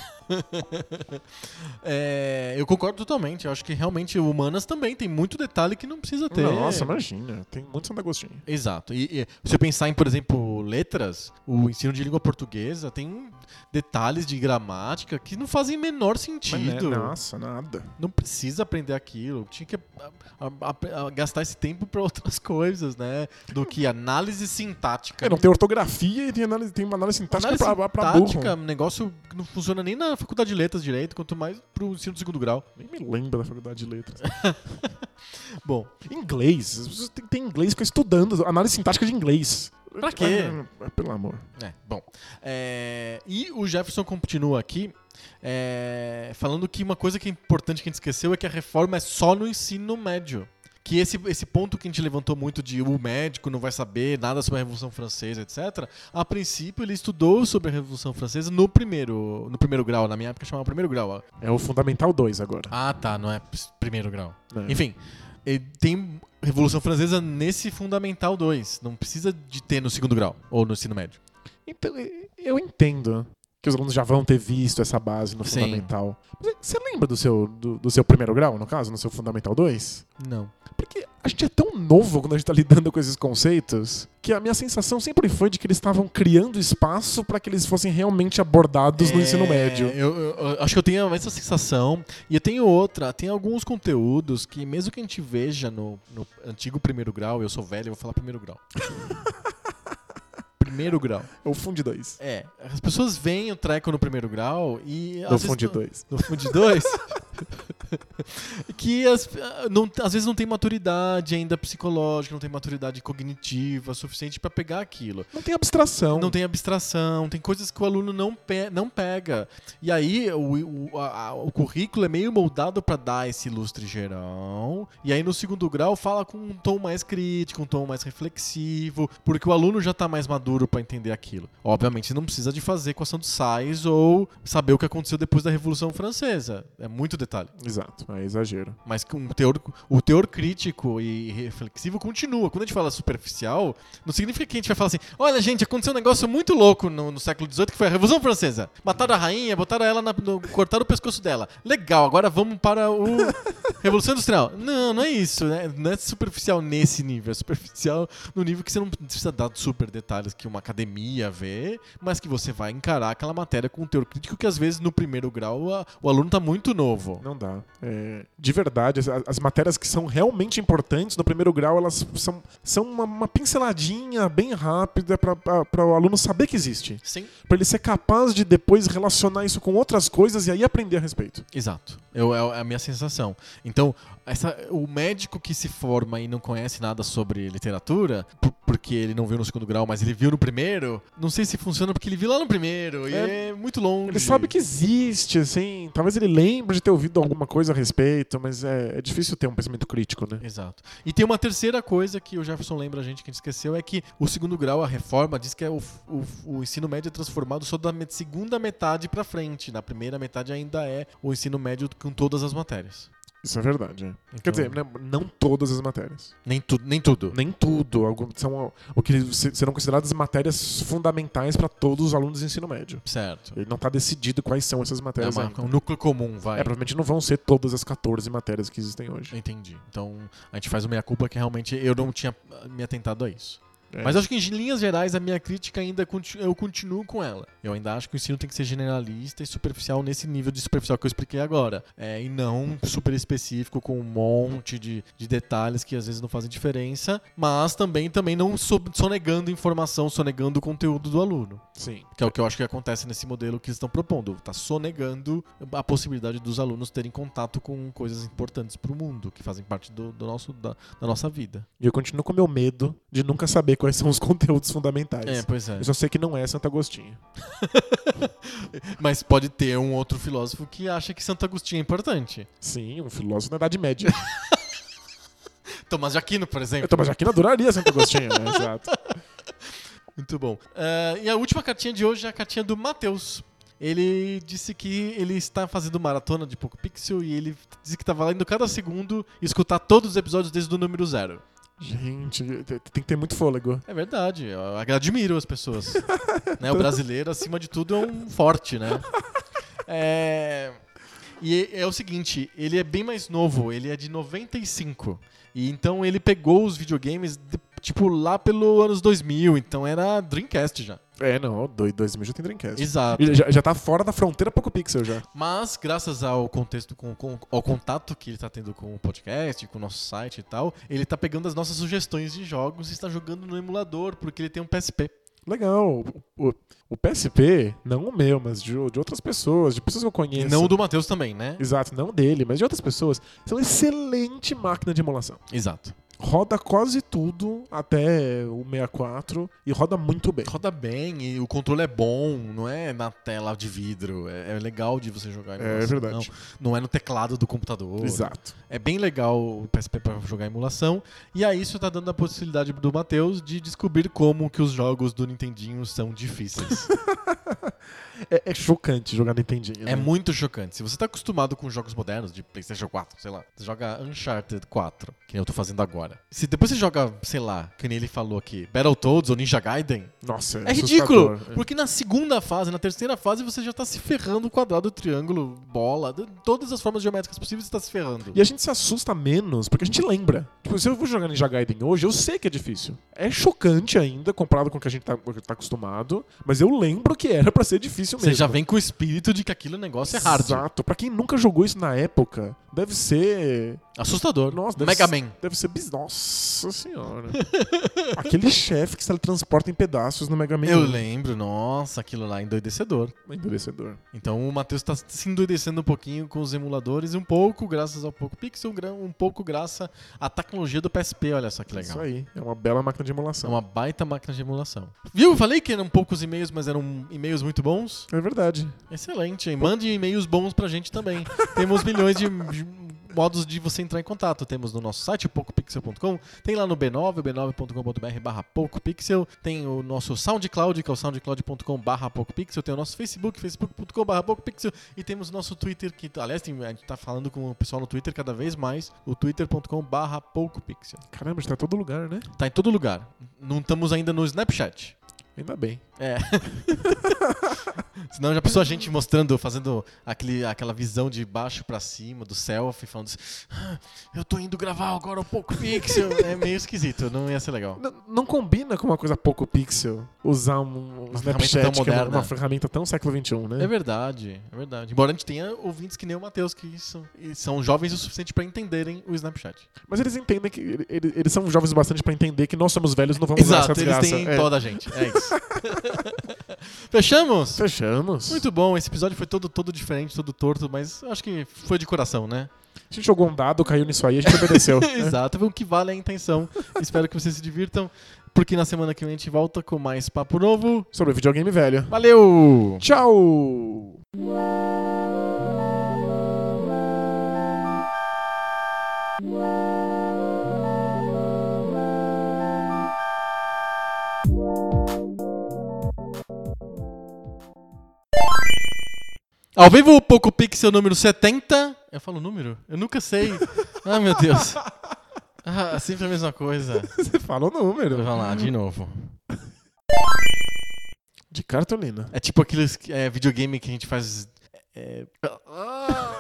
É, eu concordo totalmente. Eu acho que realmente o Humanas também tem muito detalhe que não precisa ter. Nossa, imagina. Tem muito Santo Agostinho. Exato. E, e se eu pensar em, por exemplo, letras, o ensino de língua portuguesa tem detalhes de gramática que não fazem menor Mas, né, sentido. Nossa, nada. não precisa aprender aquilo. Tinha que ah, a- a- a- a- ah, gastar esse tempo para outras coisas, né? Do que análise sintática. É, não tem ortografia e tem, análise, tem uma análise sintática Análise pra, pra burro. sintática, um negócio que não funciona nem na faculdade de letras direito, quanto mais pro ensino do segundo grau. Nem me lembro da faculdade de letras. Bom, inglês. As pessoas têm que ter inglês, ficar estudando análise sintática de inglês. Pra quê? Ah, Pelo amor. É, bom. É, e o Jefferson continua aqui é, falando que uma coisa que é importante que a gente esqueceu é que a reforma é só no ensino médio. Que esse, esse ponto que a gente levantou muito de o médico não vai saber nada sobre a Revolução Francesa, etc. A princípio, ele estudou sobre a Revolução Francesa no primeiro, no primeiro grau. Na minha época chamava primeiro grau. ó. É o Fundamental 2 agora. Ah, tá, não é ps- primeiro grau. né? Enfim, eh, tem Revolução Francesa nesse Fundamental 2. Não precisa de ter no segundo grau ou no ensino médio. Então, eh, eu entendo que os alunos já vão ter visto essa base no Sim. Fundamental. Mas, eh, Você lembra do seu, do, do seu primeiro grau, no caso, no seu Fundamental 2? Não. Porque a gente é tão novo quando a gente tá lidando com esses conceitos que a minha sensação sempre foi de que eles estavam criando espaço para que eles fossem realmente abordados no É, ensino médio. Eu, eu- eu acho que eu tenho essa sensação. E eu tenho outra. Tem alguns conteúdos que, mesmo que a gente veja no, no antigo primeiro grau, eu sou velho, eu vou falar primeiro grau. primeiro grau. É o Fundo 2. É. As pessoas veem o treco no primeiro grau e. Do às vezes É Fundo não- 2. no fundo de dois que as- não- às vezes não tem maturidade ainda psicológica, não tem maturidade cognitiva suficiente pra pegar aquilo. Não tem abstração. Não tem abstração, tem coisas que o aluno não, pe- não pega. E aí o, o, a- a- o currículo é meio moldado pra dar esse lustre geral. E aí no segundo grau fala com um tom mais crítico, um tom mais reflexivo, porque o aluno já tá mais maduro pra entender aquilo. Obviamente não precisa de fazer equação dos sais ou saber o que aconteceu depois da Revolução Francesa. É muito detalhe. Exato, é exagero. Mas que um teor, o teor crítico e reflexivo continua. Quando a gente fala superficial, não significa que a gente vai falar assim: olha, gente, aconteceu um negócio muito louco no, no século XVIII, que foi a Revolução Francesa. Mataram a rainha, botaram ela na. No, cortaram o pescoço dela. Legal, agora vamos para o. Revolução Industrial. Não, não é isso. Né? Não é superficial nesse nível. É superficial no nível que você não precisa dar super detalhes que uma academia vê, mas que você vai encarar aquela matéria com um teor crítico que às vezes no primeiro grau a- o aluno tá muito novo. Não dá. É, de verdade, as, as matérias que são realmente importantes no primeiro grau, elas são, são uma, uma pinceladinha bem rápida para o aluno saber que existe. Sim. Para ele ser capaz de depois relacionar isso com outras coisas e aí aprender a respeito. Exato. Eu, é a minha sensação. Então, essa, o médico que se forma e não conhece nada sobre literatura, por- porque ele não viu no segundo grau, mas ele viu no primeiro, não sei se funciona porque ele viu lá no primeiro. e É. é muito longe. Ele sabe que existe, assim. Talvez ele lembre de ter ouvido alguma coisa a respeito, mas é, é difícil ter um pensamento crítico, né? Exato. E tem uma terceira coisa que o Jefferson lembra a gente que a gente esqueceu: é que o segundo grau, a reforma, diz que é o, o, o ensino médio é transformado só da me- segunda metade pra frente. Na primeira metade ainda é o ensino médio com todas as matérias. Isso é verdade. é. Então, Quer dizer, né, não todas as matérias. nem, tu, nem tudo. Nem tudo. Algum, são o que se- serão consideradas matérias fundamentais para todos os alunos do ensino médio. Certo. Ele não está decidido quais são essas É matérias. uma- ainda. um núcleo comum, vai. É, provavelmente não vão ser todas as 14 matérias que existem hoje. Entendi. Então a gente faz o meia-culpa que realmente eu não tinha ah, me atentado a isso. É. Mas acho que em linhas gerais a minha crítica ainda conti- eu continuo com ela. Eu ainda acho que o ensino tem que ser generalista e superficial nesse nível de superficial que eu expliquei agora. É, e não super específico com um monte de, de detalhes que às vezes não fazem diferença, mas também, também não so- sonegando informação, sonegando o conteúdo do aluno. Sim. Que é o que eu acho que acontece nesse modelo que eles estão propondo. Tá sonegando a possibilidade dos alunos terem contato com coisas importantes pro mundo, que fazem parte do, do nosso, da, da nossa vida. E eu continuo com o meu medo de nunca saber quais são os conteúdos fundamentais. É, pois é. Eu só sei que não é Santo Agostinho. Mas pode ter um outro filósofo que acha que Santo Agostinho é importante. Sim, um filósofo da Idade Média. Tomás de Aquino, por exemplo. Eu tô, mas aqui não adoraria Santo Agostinho, né? Exato. Muito bom. Ah, e a última cartinha de hoje é a cartinha do Matheus. Ele disse que ele está fazendo maratona tá de pouco pixel e ele disse que estava lendo cada segundo e escutar todos os episódios desde o número zero. Gente, tem que ter muito fôlego. É verdade, eu admiro as pessoas. né? O brasileiro, acima de tudo, é um forte, né? É... E é o seguinte, ele é bem mais novo, ele é de 95. E então ele pegou os videogames, de- tipo, lá pelo anos 2000, então era Dreamcast já. É, não, dois- 2000 já tem Dreamcast. Exato. E Já, já tá fora da fronteira pouco pixel já. Mas, graças ao contexto, com, com- ao contato que ele está tendo com o podcast, com o nosso site e tal, ele está pegando as nossas sugestões de jogos e está jogando no emulador, porque ele tem um PSP. Legal. O, o- o PSP, não o meu, mas de, de outras pessoas, de pessoas que eu E conheço. não o do Matheus também, né? Exato, não dele, mas de outras pessoas. São excelente máquina de emulação. Exato. Roda quase tudo até o 64 e roda muito bem. Roda bem e o controle é bom, não é na tela de vidro. É, é legal de você jogar em É emulação, verdade. Não, não é no teclado do computador. Exato. É bem legal o PSP para jogar emulação. E aí isso tá dando a possibilidade do Matheus de descobrir como que os jogos do Nintendinho são difíceis. É, é chocante jogar Nintendinho. é né? muito chocante. Se você tá acostumado com jogos modernos, de Playstation 4, sei lá, você joga Uncharted 4, que nem eu tô fazendo agora. Se depois você joga, sei lá, que nem ele falou aqui, Battletoads ou Ninja Gaiden, Nossa, É assustador. ridículo! Porque na segunda fase, na terceira fase, você já tá se ferrando quadrado, triângulo, bola, de- todas as formas geométricas possíveis você tá se ferrando. E a gente se assusta menos porque a gente lembra. Tipo, se eu vou jogar Ninja Gaiden hoje, eu sei que é difícil. É chocante ainda, comparado com o que a gente tá, com o que tá acostumado, mas eu lembro que era pra ser difícil mesmo. Você já vem com o espírito de que aquilo negócio é hard. Exato. Pra quem nunca jogou isso na época, deve ser. Assustador. Nossa, deve Mega ser- Man. Deve ser. bis- Nossa senhora. Aquele chefe que se teletransporta em pedaços no Mega Man. Eu um. lembro, nossa, aquilo lá é endoidecedor. Endurecedor. Então o Matheus tá se endoidecendo um pouquinho com os emuladores, um pouco graças ao pouco pixel, gra- um pouco graças à tecnologia do PSP, olha só que legal. Isso aí. É uma bela máquina de É emulação. uma baita máquina de emulação. Viu? Eu Falei que eram poucos e-mails, mas eram e-mails muito bons. É verdade. Excelente, hein? Mande e-mails bons pra gente também. Temos milhões de de modos de você entrar em contato. Temos no nosso site, poucopixel.com, tem lá no B9, b9.com.br barra poucopixel, tem o nosso SoundCloud, que é o soundcloud.com barra poucopixel, tem o nosso Facebook, facebook.com barra poucopixel, e temos o nosso Twitter, que aliás tem- a gente tá falando com o pessoal no Twitter cada vez mais, o twitter.com barra poucopixel. Caramba, a gente tá em todo lugar, né? Tá em todo lugar. Não estamos ainda no Snapchat. Ainda bem. É. Senão já pensou a gente mostrando, fazendo aquele, aquela visão de baixo pra cima, do selfie, falando assim, "Ah, eu tô indo gravar agora um pouco pixel. é meio esquisito, não ia ser legal. N- Não combina com uma coisa pouco pixel usar um, um Uma ferramenta Snapchat, tão que é uma, moderna. uma ferramenta tão século XXI, né? É verdade, é verdade. Embora a gente tenha ouvintes que nem o Matheus, que são, e são jovens o suficiente pra entenderem o Snapchat. Mas eles entendem que. ele- ele- eles são jovens o bastante pra entender que nós somos velhos e não vamos usar essa Exato, eles desgraça. têm É. toda a gente. É isso. Fechamos? Fechamos. Muito bom, esse episódio foi todo, todo diferente, todo torto, mas eu acho que foi de coração, né? A gente jogou um dado, caiu nisso aí, a gente obedeceu. Exato, o que vale é a intenção. Espero que vocês se divirtam, porque na semana que vem a gente volta com mais papo novo. Sobre videogame velho. Valeu! Tchau! Ao vivo o Poco Pixel número 70. Eu falo número? Eu nunca sei. ah, meu Deus. Ah, sempre a mesma coisa. Você fala o número. Então, Vamos lá, de novo. De cartolina. É tipo aqueles é, videogame que a gente faz. é- Ah!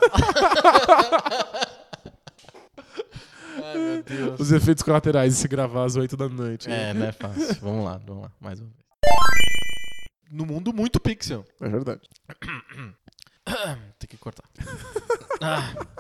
Ai, meu Deus. Os efeitos colaterais de se gravar às 8 da noite. É, não é fácil. Vamos lá, vamos lá. Mais uma vez. No mundo, muito pixel. É verdade. Tem que cortar. Ah.